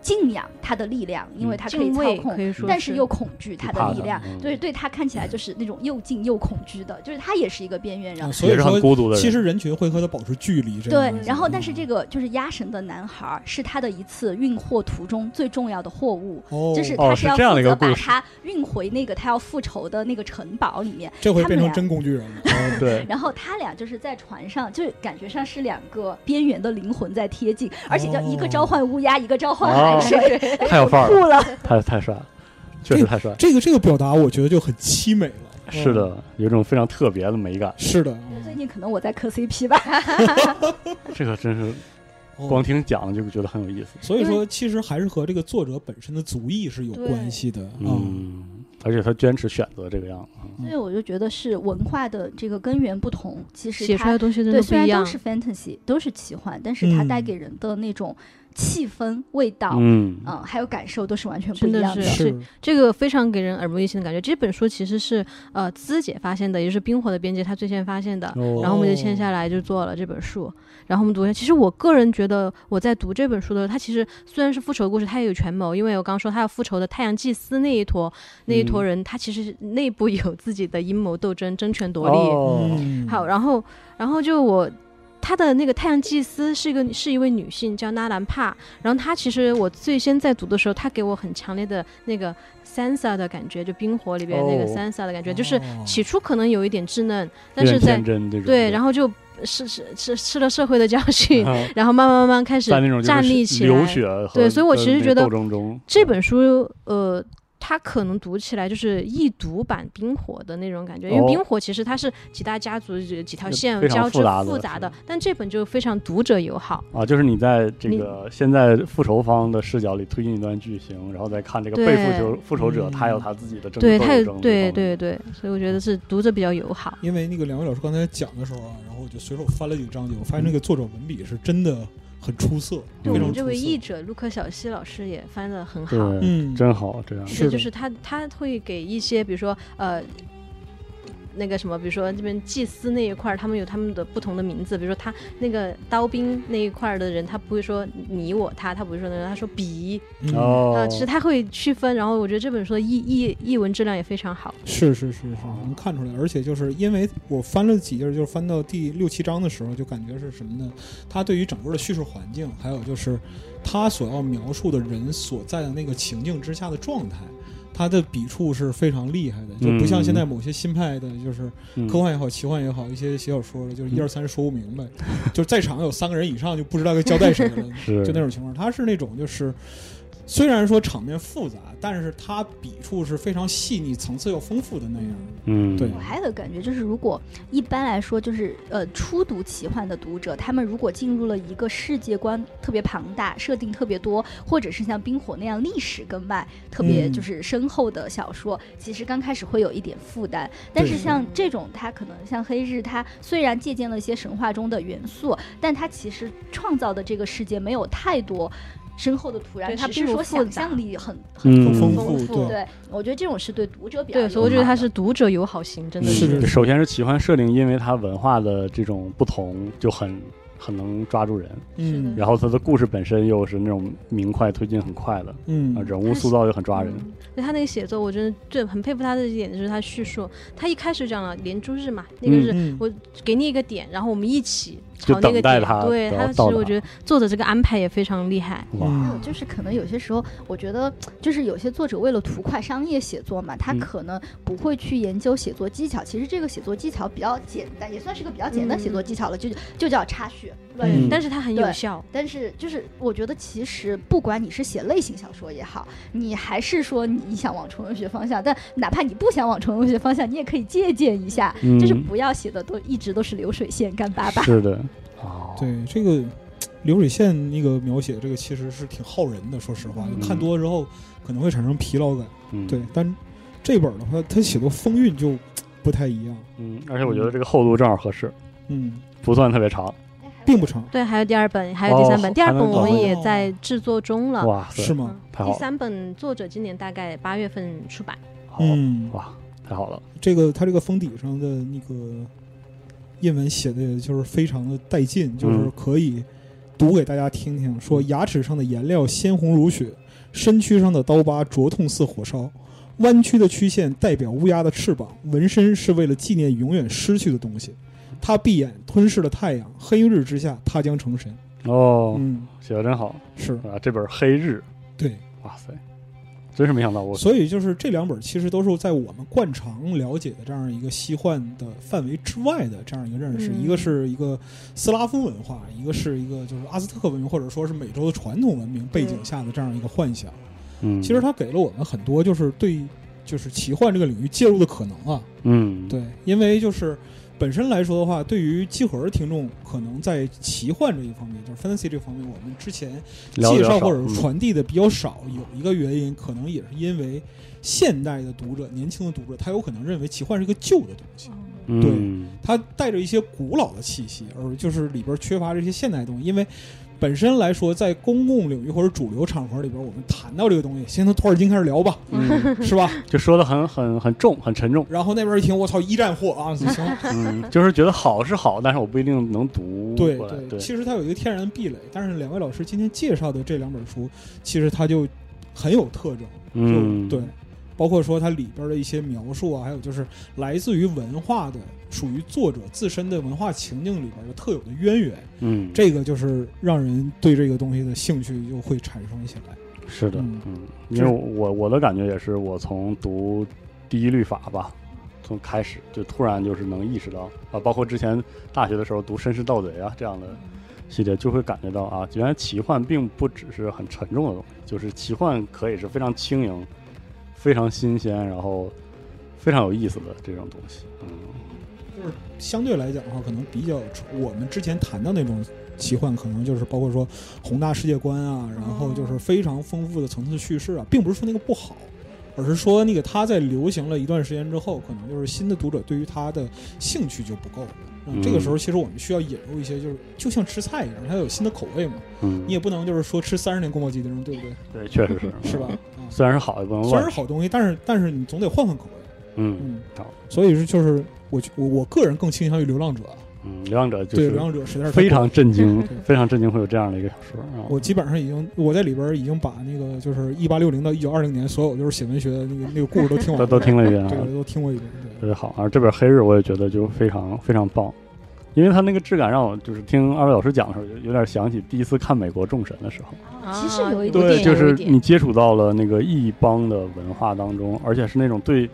Speaker 4: 敬仰他的力量，因为他可以
Speaker 3: 嗯敬
Speaker 4: 操
Speaker 3: 畏
Speaker 4: 控，
Speaker 3: 可以说，
Speaker 4: 但是 又恐惧他
Speaker 1: 怕
Speaker 4: 的力
Speaker 1: 的
Speaker 4: 量，
Speaker 1: 嗯
Speaker 4: 对，对他看起来就是那种又敬又恐惧的，就是他也是一个边
Speaker 3: 嗯
Speaker 4: 缘人。
Speaker 2: 啊所
Speaker 1: 也
Speaker 2: 以
Speaker 1: 是很
Speaker 2: 说
Speaker 1: 孤独的人，
Speaker 2: 其实人群会和他保持距离，这样
Speaker 4: 对
Speaker 2: 的，
Speaker 4: 然后但是这
Speaker 2: 嗯
Speaker 4: 个就是鸭神的男孩儿是他的一次运货途中最重要的货物，
Speaker 2: 哦，
Speaker 4: 就是
Speaker 1: 哦
Speaker 4: 他
Speaker 1: 是
Speaker 4: 要
Speaker 1: 这样的
Speaker 4: 负
Speaker 1: 一个
Speaker 4: 责把
Speaker 1: 故事
Speaker 4: 他运回那个他要复仇的那个城堡里面。
Speaker 2: 这回
Speaker 4: 他
Speaker 2: 变成
Speaker 4: 们俩
Speaker 2: 真工具人了，哦
Speaker 1: 嗯对，
Speaker 4: 然后他俩就是在船上，就感觉上是两个边缘的灵魂在贴
Speaker 3: 哦
Speaker 4: 近，而且叫一个召唤乌鸦，一个召唤海水，
Speaker 1: 太有范儿
Speaker 4: 酷
Speaker 1: 了，
Speaker 4: 了。
Speaker 1: 太太帅了。确实太帅，
Speaker 2: 这个这个表达我觉得就很凄美了。嗯
Speaker 1: 是，的，有一种非常特别的美感。
Speaker 2: 是的，
Speaker 4: 最近可能我在磕 CP 吧，
Speaker 1: 这个真是
Speaker 2: 嗯
Speaker 1: 光听讲就觉得很有意思。
Speaker 2: 所以说，其实还是和这个作者本身的族裔是有关系的啊。
Speaker 1: 嗯，而且他坚持选择这个样子，
Speaker 3: 嗯
Speaker 4: 所以我就觉得是文化的这个根源不同，其实
Speaker 3: 写出
Speaker 4: 它
Speaker 3: 来的东西真的
Speaker 4: 对
Speaker 3: 不
Speaker 4: 虽
Speaker 3: 一
Speaker 4: 然
Speaker 3: 样
Speaker 4: 都。是 fantasy 都是奇幻，但是它带
Speaker 2: 嗯
Speaker 4: 给人的那种气氛、味道，
Speaker 1: 嗯，
Speaker 4: 嗯，还有感受都是完全不
Speaker 3: 真
Speaker 4: 一
Speaker 3: 的
Speaker 4: 样的。
Speaker 3: 是
Speaker 2: 是，
Speaker 3: 这个非常给人耳目一新的感觉。这本书其实是呃资姐发现的，也就是冰火的编辑她最先发现的，
Speaker 1: 哦
Speaker 3: 然后我们就签下来就做了这本书。然后我们读一下，其实我个人觉得我在读这本书的时候，它其实虽然是复仇故事，它也有权谋，因为我刚说它要复仇的太阳祭司那一坨那一
Speaker 1: 嗯
Speaker 3: 坨人，他其实内部有自己的阴谋斗争、争权夺利。
Speaker 1: 哦，
Speaker 2: 嗯，
Speaker 3: 好，然后然后就我。她的那个太阳祭司是一个是一位女性，叫纳兰帕。然后她其实我最先在读的时候，她给我很强烈的那个 Sansa 的感觉，就冰火里边那个
Speaker 1: 哦
Speaker 3: Sansa 的感觉，就是
Speaker 2: 哦
Speaker 3: 起初可能有一点稚嫩，但
Speaker 1: 有点
Speaker 3: 是在
Speaker 1: 天真这种，
Speaker 3: 对，然
Speaker 1: 后
Speaker 3: 后就吃吃吃吃了社会的教训，
Speaker 1: 啊
Speaker 3: 然后慢慢慢慢开始
Speaker 1: 在那种就是
Speaker 3: 站立起
Speaker 1: 流
Speaker 3: 来。
Speaker 1: 血和
Speaker 3: 对所以我其实
Speaker 1: 呃那
Speaker 3: 觉得
Speaker 1: 斗争中
Speaker 3: 这本书，呃。它可能读起来就是易读版冰火的那种感觉，因
Speaker 1: 哦
Speaker 3: 为冰火其实它是几大家族呃几几条线
Speaker 1: 非常
Speaker 3: 交织
Speaker 1: 复杂的
Speaker 3: 复杂的，但这本就非常读者友好。
Speaker 1: 啊，就是你在这个现在复仇方的视角里推进一段剧情，然后再看这个被复仇复仇者，
Speaker 2: 嗯
Speaker 1: 他有他自己的争
Speaker 3: 对，
Speaker 1: 斗
Speaker 3: 它有
Speaker 1: 争
Speaker 3: 对
Speaker 1: 这方嗯面
Speaker 3: 对对，所以我觉得是读者比较友好。
Speaker 2: 因为那个两位老师刚才讲的时候啊，然后我就随手翻了几个章节，我发现那个作者文笔是真的很出色，
Speaker 1: 对
Speaker 2: 非
Speaker 3: 对我
Speaker 2: 常
Speaker 1: 种
Speaker 3: 们这
Speaker 2: 出
Speaker 3: 位译
Speaker 2: 色。
Speaker 3: 者陆克小西老师也翻得很好，
Speaker 1: 对，
Speaker 2: 嗯，
Speaker 1: 真好，这样
Speaker 2: 是
Speaker 3: 对，
Speaker 2: 的
Speaker 3: 就是他他会给一些，比如说呃。那个什么，比如说这边祭司那一块儿，他们有他们的不同的名字。比如说他那个刀兵那一块儿的人，他不会说你我他，他不会说那个，他说彼
Speaker 2: 嗯
Speaker 1: 哦
Speaker 3: 啊，其实他会区分。然后我觉得这本书的译译译文质量也非常好。
Speaker 2: 是是是是，能看出来。而且就是因为我翻了几页，就是翻到第六七章的时候，就感觉是什么呢？他对于整个的叙事环境，还有就是他所要描述的人所在的那个情境之下的状态。他的笔触是非常厉害的，就不像现在某些新派的，就是
Speaker 1: 嗯
Speaker 2: 科幻也好、奇幻也好，一些写小说的，就是一
Speaker 1: 嗯
Speaker 2: 二三说不明白，就是在场有三个人以上就不知道该交代谁了，
Speaker 1: 是
Speaker 2: 就那种情况。他是那种就是，虽然说场面复杂，但是他笔触是非常细腻、层次又丰富的那样。
Speaker 1: 嗯
Speaker 2: 对
Speaker 4: 我还有个感觉就是，如果一般来说就是呃初读奇幻的读者，他们如果进入了一个世界观特别庞大、设定特别多，或者是像冰火那样历史根脉特别
Speaker 2: 嗯
Speaker 4: 就是深厚的小说，其实刚开始会有一点负担。但是
Speaker 2: 对
Speaker 4: 像这种，它可能像黑日，它虽然借鉴了一些神话中的元素，但它其实创造的这个世界没有太多。深厚的土壤，
Speaker 3: 对
Speaker 4: 它不
Speaker 3: 只
Speaker 4: 是
Speaker 3: 是
Speaker 4: 说
Speaker 3: 不复
Speaker 4: 想
Speaker 3: 杂
Speaker 4: 象力很
Speaker 1: 嗯
Speaker 4: 很
Speaker 2: 丰
Speaker 4: 丰
Speaker 2: 富对
Speaker 4: 对，我觉得这种是对读者比较
Speaker 3: 对，所以我觉得
Speaker 4: 友好
Speaker 3: 他
Speaker 4: 的
Speaker 3: 是读者友好型，真的
Speaker 2: 是
Speaker 1: 嗯首先是奇幻设定，因为它文化的这种不同就很很能抓住人，
Speaker 2: 嗯
Speaker 1: 然后它的故事本身又是那种明快、推进很快的，
Speaker 2: 嗯
Speaker 1: 啊，人物塑造又很抓人。
Speaker 3: 嗯对他那个写作，我真的最很佩服他的一点就是他叙述，他一开始讲了连珠日嘛，那个
Speaker 1: 嗯
Speaker 3: 日
Speaker 2: 嗯
Speaker 3: 我给你一个点，然后我们一起
Speaker 1: 就
Speaker 3: 朝那
Speaker 1: 等
Speaker 3: 个
Speaker 1: 待
Speaker 3: 点。
Speaker 1: 它
Speaker 3: 对
Speaker 1: 然
Speaker 3: 他，
Speaker 1: 后
Speaker 3: 其
Speaker 1: 到
Speaker 3: 实我
Speaker 1: 达
Speaker 3: 觉得作者这个安排也非常厉害。
Speaker 1: 哇，
Speaker 4: 还有就是可能有些时候，我觉得就是有些作者为了图快商业写作嘛，他
Speaker 1: 嗯
Speaker 4: 可能不会去研究写作技巧。其实这个写作技巧比较简单，也算是个比较简单
Speaker 3: 嗯
Speaker 4: 写作技巧了，就就叫插叙，对吧？
Speaker 1: 嗯
Speaker 3: 但是他很有
Speaker 4: 对
Speaker 3: 效，
Speaker 4: 但是就是我觉得，其实不管你是写类型小说也好，你还是说你想往纯文学方向，但哪怕你不想往纯文学方向，你也可以借鉴一下，
Speaker 1: 嗯
Speaker 4: 就是不要写的都一直都是流水线干巴巴。
Speaker 1: 是的， 哦，
Speaker 2: 对这个流水线那个描写，这个其实是挺耗人的。说实话，
Speaker 4: 嗯
Speaker 2: 就看多了之后可能会产生疲劳感。
Speaker 1: 嗯
Speaker 2: 对，但这本的话，它写作风韵就不太一样。
Speaker 1: 嗯，而且我觉得这个厚度正好合适，
Speaker 2: 嗯，
Speaker 1: 不算特别长，
Speaker 2: 并不长，
Speaker 3: 对，还有第二本，还有第
Speaker 1: 哦
Speaker 3: 三本，第二
Speaker 1: 还能
Speaker 3: 本我
Speaker 1: 搞
Speaker 3: 们也
Speaker 2: 哦
Speaker 3: 在制作中了。
Speaker 1: 哇塞，
Speaker 2: 是吗
Speaker 3: 嗯？
Speaker 1: 太
Speaker 3: 第
Speaker 1: 好了，
Speaker 3: 三本作者今年大概八月份出版，
Speaker 1: 好
Speaker 2: 嗯，
Speaker 1: 哇，太好了，
Speaker 2: 这个它这个封底上的那个印文写的就是非常的带
Speaker 1: 嗯
Speaker 2: 劲，就是可以读给大家听听，说牙齿上的颜料鲜红如血，身躯上的刀疤灼痛似火烧。弯曲的曲线代表乌鸦的翅膀，纹身是为了纪念永远失去的东西。他闭眼吞噬了太阳，黑日之下，他将成神。
Speaker 1: 哦，
Speaker 2: 嗯，
Speaker 1: 写的真好
Speaker 2: 是
Speaker 1: 啊，这本《黑日
Speaker 2: 对，》，
Speaker 1: 哇塞，真是没想到我，
Speaker 2: 所以就是这两本其实都是在我们惯常了解的这样一个西幻的范围之外的这样一个认识，
Speaker 3: 嗯
Speaker 2: 一个是一个斯拉夫文化，一个是一个就是阿兹特克文明或者说是美洲的传统文明背景下的这样一个幻想。
Speaker 1: 嗯，
Speaker 2: 其实它给了我们很多就是对就是奇幻这个领域介入的可能啊。
Speaker 1: 嗯，
Speaker 2: 对，因为就是本身来说的话，对于集合的听众，可能在奇幻这一方面，就是 fantasy 这方面，我们之前
Speaker 1: 聊
Speaker 2: 介
Speaker 1: 得少
Speaker 2: 绍或者
Speaker 1: 嗯
Speaker 2: 传递的比较少，有一个原因，可能也是因为现代的读者、年轻的读者，他有可能认为奇幻是一个旧的东西，对
Speaker 1: 嗯
Speaker 2: 它带着一些古老的气息，而就是里边缺乏这些现代的东西。因为本身来说，在公共领域或者主流场合里边，我们谈到这个东西，先从托尔金开始 聊吧，
Speaker 1: 嗯，
Speaker 2: 是吧？
Speaker 1: 就说的很很很重，很沉重。
Speaker 2: 然后那边一听，我操，一战货啊，行，
Speaker 1: 嗯，就是觉得好是好，但是我不一定能读
Speaker 2: 对
Speaker 1: 过来。 对，
Speaker 2: 其实它有一个天然壁垒，但是两位老师今天介绍的这两本书，其实它就很有特征，就、
Speaker 1: 嗯，
Speaker 2: 对，包括说它里边的一些描述啊，还有就是来自于文化的，属于作者自身的文化情境里边的特有的渊源，
Speaker 1: 嗯，
Speaker 2: 这个就是让人对这个东西的兴趣就会产生起来。
Speaker 1: 是的，
Speaker 2: 嗯
Speaker 1: 嗯，因为
Speaker 2: 是
Speaker 1: 我我的感觉也是，我从读第一律法吧，从开始就突然就是能意识到啊，包括之前大学的时候读《绅士盗贼啊》这样的
Speaker 2: 嗯
Speaker 1: 系列，就会感觉到啊，原来奇幻并不只是很沉重的东西，就是奇幻可以是非常轻盈、非常新鲜，然后非常有意思的这种东西。嗯
Speaker 2: 相对来讲的话，可能比较出我们之前谈到那种奇幻，可能就是包括说宏大世界观啊，然后就是非常丰富的层次叙事啊，并不是说那个不好，而是说那个它在流行了一段时间之后，可能就是新的读者对于它的兴趣就不够了。嗯
Speaker 1: 嗯
Speaker 2: 这个时候，其实我们需要引入一些，就是就像吃菜一样，它有新的口味嘛。
Speaker 1: 嗯，
Speaker 2: 你也不能就是说吃三十年宫保鸡丁，对不对？
Speaker 1: 对，确实是嗯
Speaker 2: 是吧？？啊、
Speaker 1: 虽然是好，也不能
Speaker 2: 虽
Speaker 1: 乱
Speaker 2: 然是。好东西，但是但是你总得换换口味。
Speaker 1: 嗯
Speaker 2: 嗯，
Speaker 1: 好
Speaker 2: 所以是就是我我我个人更倾向于《流浪者》。啊
Speaker 1: 嗯，流浪者就
Speaker 2: 对，《
Speaker 1: 是
Speaker 2: 流浪者》实在是太
Speaker 1: 非常震惊
Speaker 2: 对，
Speaker 1: 非常震惊，会有这样的一个小说啊。
Speaker 2: 我基本上已经我在里边已经把那个就是一八六零到一九二零年所有就是写文学的那个那个故事都听完
Speaker 1: 都
Speaker 2: 了，
Speaker 1: 都听了一遍啊
Speaker 2: 对，，都听过一遍。对
Speaker 1: 特别好。而这本《黑日》我也觉得就非常非常棒，因为它那个质感让我就是听二位老师讲的时候，有有点想起第一次看美国众神的时候，
Speaker 4: 其实有一
Speaker 3: 有
Speaker 4: 点
Speaker 3: 点
Speaker 1: 就
Speaker 3: 有
Speaker 1: 是
Speaker 3: 一
Speaker 1: 你
Speaker 3: 点，
Speaker 1: 接触到了那个异邦的文化当中，而且是那种对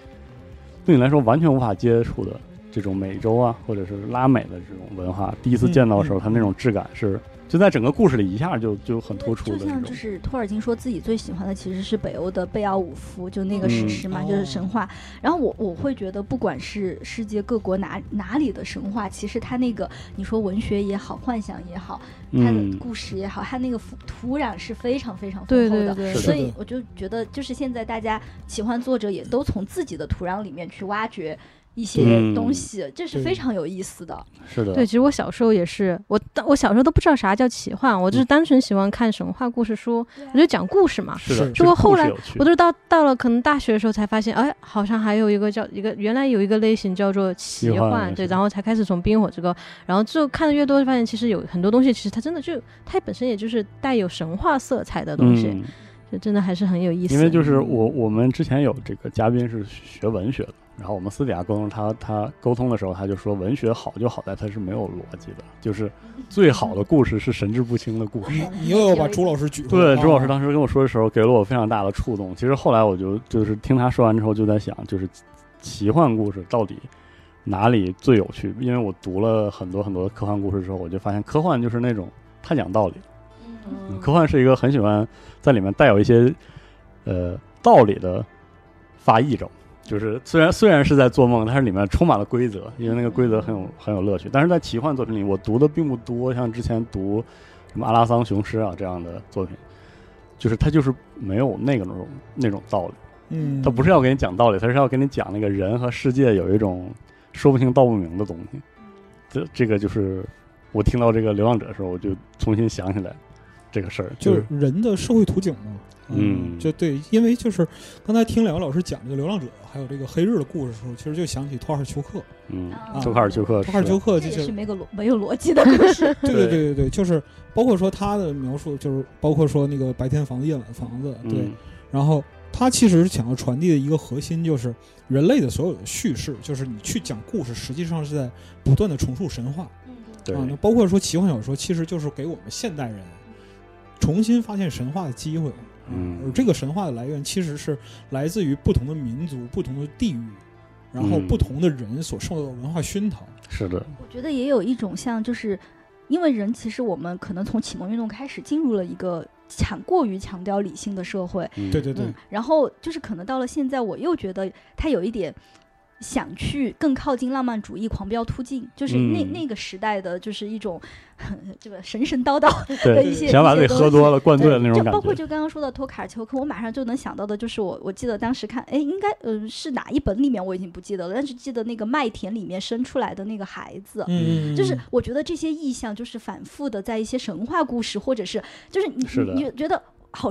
Speaker 1: 对你来说完全无法接触的这种美洲啊，或者是拉美的这种文化，第一次见到的时候，
Speaker 2: 嗯嗯
Speaker 1: 它那种质感是就在整个故事里一下就就很突出
Speaker 4: 就
Speaker 1: 的那
Speaker 4: 像就
Speaker 1: 种。
Speaker 4: 是托尔金说自己最喜欢的其实是北欧的贝奥武夫，就那个
Speaker 1: 嗯
Speaker 4: 史诗嘛，就是
Speaker 2: 哦
Speaker 4: 神话。然后我我会觉得，不管是世界各国哪哪里的神话，其实它那个你说文学也好，幻想也好，它的
Speaker 1: 嗯，
Speaker 4: 故事也好，它那个土土壤是非常非常
Speaker 3: 对
Speaker 4: 丰厚
Speaker 3: 对
Speaker 4: 的。
Speaker 3: 对
Speaker 1: 是，的
Speaker 4: 所以我就觉得，就是现在大家喜欢作者也都从自己的土壤里面去挖掘一些
Speaker 1: 嗯
Speaker 4: 东西，这是非常有意思的。
Speaker 1: 是的，
Speaker 3: 对，其实我小时候也是，我我小时候都不知道啥叫奇幻，
Speaker 1: 嗯
Speaker 3: 我就是单纯喜欢看神话故事书，我觉得讲故事嘛。
Speaker 1: 是
Speaker 2: 是
Speaker 1: 的。
Speaker 3: 结果后来
Speaker 1: 这个故事有趣
Speaker 3: 我都是到到了可能大学的时候才发现，哎，好像还有一个叫一个原来有一个类型叫做奇
Speaker 1: 奇
Speaker 3: 幻，
Speaker 1: 幻
Speaker 3: 对，
Speaker 1: 是
Speaker 3: 然后才开始从冰火这个，然后就看的越多，就发现其实有很多东西，其实它真的就它本身也就是带有神话色彩的东西，
Speaker 1: 嗯
Speaker 3: 就真的还是很有意思。嗯
Speaker 1: 因为就是我我们之前有这个嘉宾是学文学的，然后我们私底下沟通他，他沟通的时候他就说，文学好就好在它是没有逻辑的，就是最好的故事是神志不清的故事。
Speaker 2: 你你又要把朱老师举回来
Speaker 1: 对，
Speaker 2: 啊
Speaker 1: 周老师当时跟我说的时候，给了我非常大的触动。其实后来我就就是听他说完之后，就在想，就是奇幻故事到底哪里最有趣？因为我读了很多很多的科幻故事之后，我就发现科幻就是那种太讲道理了。嗯科幻是一个很喜欢在里面带有一些呃道理的发译者，就是虽然虽然是在做梦，但是里面充满了规则，因为那个规则很有很有乐趣。但是在奇幻作品里，我读的并不多，像之前读什么阿拉桑雄狮啊这样的作品，就是它就是没有那个那种那种道理，
Speaker 2: 嗯，
Speaker 1: 它不是要给你讲道理，它是要给你讲那个人和世界有一种说不清道不明的东西。这这个就是我听到这个《流浪者》的时候，我就重新想起来这个事儿，
Speaker 2: 就是人的社会图景嘛。
Speaker 1: 嗯
Speaker 2: 就对，因为就是刚才听两位老师讲这个《流浪者》还有这个《黑日》的故事的时候，其实就想起托尔丘克。
Speaker 1: 嗯，
Speaker 4: 啊
Speaker 1: 丘克尔丘克
Speaker 2: 托尔丘
Speaker 1: 是
Speaker 2: 克
Speaker 4: 这
Speaker 2: 就
Speaker 4: 也是
Speaker 2: 是
Speaker 4: 没个逻没有逻辑的故事。
Speaker 2: 对对对对对，就是包括说他的描述，就是包括说那个白天房子、夜晚房子，对，
Speaker 1: 嗯
Speaker 2: 然后他其实想要传递的一个核心就是，人类的所有的叙事，就是你去讲故事，实际上是在不断的重塑神话
Speaker 1: 对
Speaker 2: 啊。那包括说奇幻小说，其实就是给我们现代人重新发现神话的机会。啊
Speaker 1: 嗯
Speaker 2: 而这个神话的来源其实是来自于不同的民族、不同的地域，然后
Speaker 1: 嗯
Speaker 2: 不同的人所受到的文化熏陶。
Speaker 1: 是的，
Speaker 4: 我觉得也有一种像，就是因为人其实我们可能从启蒙运动开始进入了一个强过于强调理性的社会，
Speaker 1: 嗯
Speaker 2: 对对对
Speaker 4: 嗯，，然后就是可能到了现在，我又觉得他有一点想去更靠近浪漫主义、狂飙突进，就是那、
Speaker 1: 嗯
Speaker 4: 那个时代的，就是一种 这个神 神叨叨的
Speaker 1: 对，
Speaker 4: 一些
Speaker 1: 想把自己喝多
Speaker 4: 了。
Speaker 1: 了、灌醉了那
Speaker 4: 对，
Speaker 1: 种
Speaker 4: 就
Speaker 1: 感
Speaker 4: 包括
Speaker 1: 觉。
Speaker 4: 就刚刚说到托卡尔丘克，我马上就能想到的就是我，我记得当时看，哎，应该呃是哪一本里面我已经不记得了，但是记得那个麦田里面生出来的那个孩子，
Speaker 2: 嗯，嗯
Speaker 4: 就是我觉得这些意象就是反复的在一些神话故事，或者是就是你
Speaker 1: 是的
Speaker 4: 你你觉得 好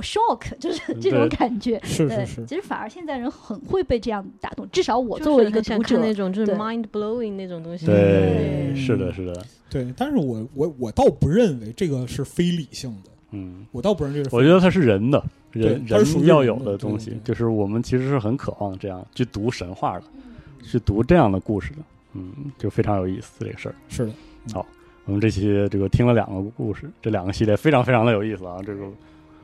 Speaker 4: shock，就是这
Speaker 1: 对
Speaker 4: 种感觉。
Speaker 2: 是
Speaker 4: 对
Speaker 2: 是，是，
Speaker 4: 其实反而现在人很会被这样打动，至少我
Speaker 3: 就是
Speaker 4: 作为一个
Speaker 3: 很想
Speaker 4: 读
Speaker 3: 看
Speaker 4: 者
Speaker 3: 那，种就是
Speaker 4: 对
Speaker 3: mind blowing 那种东西。
Speaker 1: 对，
Speaker 2: 嗯
Speaker 1: 是的，是的，
Speaker 2: 对，但是我我我倒不认为这个是非理性的，
Speaker 1: 嗯，
Speaker 2: 我倒不认为这是非，
Speaker 1: 我觉得它是人的，人
Speaker 2: 对它是属于
Speaker 1: 人要有
Speaker 2: 人的
Speaker 1: 的东
Speaker 2: 对
Speaker 1: 西
Speaker 2: 对，
Speaker 1: 就是我们其实是很渴望这样去读神话的，去读这样的故事的，嗯，就非常有意思这个事儿。
Speaker 2: 是的，
Speaker 1: 我们这期这个听了两个故事，这两个系列非常非常的有意思啊，这个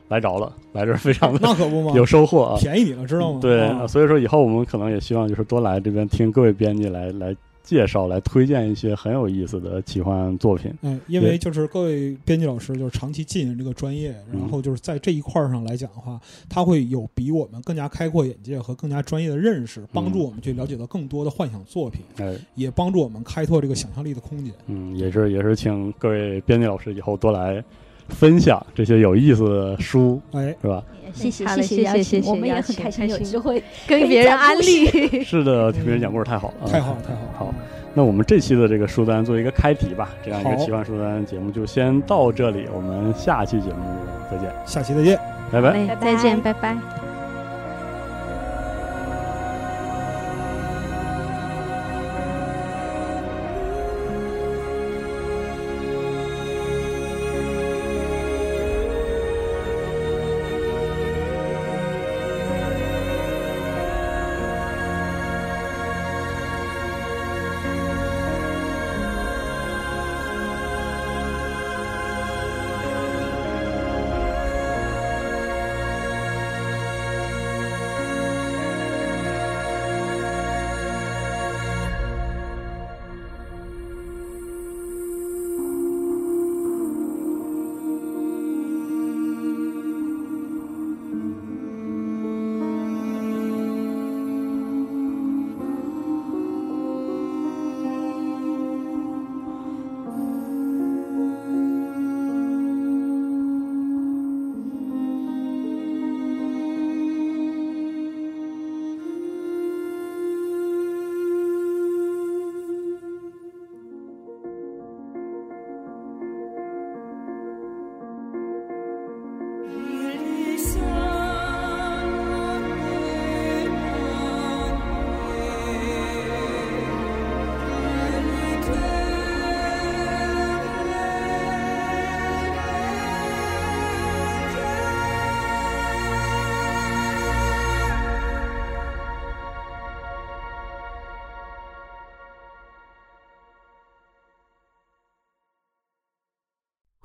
Speaker 1: 来着了，来这儿非常的
Speaker 2: 那可不嘛，
Speaker 1: 有收获啊，
Speaker 2: 便宜你了，知道吗？
Speaker 1: 对，
Speaker 2: 啊
Speaker 1: 所以说以后我们可能也希望就是多来这边听各位编辑来来介绍、来推荐一些很有意思的奇幻作品。
Speaker 2: 嗯，因
Speaker 1: 对
Speaker 2: 为就是各位编辑老师就是长期经营这个专业，然
Speaker 1: 嗯
Speaker 2: 后就是在这一块儿上来讲的话，他会有比我们更加开阔眼界和更加专业的认识，帮助我们去了解到更多的幻想作品，
Speaker 1: 哎，
Speaker 2: 也帮助我们开拓这个想象力的空间。
Speaker 1: 嗯，也是也是，请各位编辑老师以后多来分享这些有意思的书，
Speaker 2: 哎，
Speaker 1: 是吧？
Speaker 4: 谢谢
Speaker 3: 好
Speaker 4: 谢
Speaker 3: 嘞谢
Speaker 4: 邀
Speaker 3: 谢
Speaker 4: 请
Speaker 3: 谢
Speaker 4: 我
Speaker 3: 谢
Speaker 4: 们也
Speaker 3: 邀请
Speaker 4: 很开
Speaker 3: 开
Speaker 4: 心有
Speaker 3: 心
Speaker 4: 机会
Speaker 3: 跟别人安利。
Speaker 1: 是的，听别人讲故事太好了，啊
Speaker 2: 太好了，太好了，
Speaker 1: 嗯好，那我们这期的这个书单做一个开题吧，这样一个
Speaker 2: 好
Speaker 1: 奇幻书单节目就先到这里，我们下期节目再见，
Speaker 2: 下期再见。
Speaker 1: 拜拜。
Speaker 3: 哎
Speaker 4: 拜拜
Speaker 3: 再见，拜拜。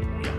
Speaker 5: 模样。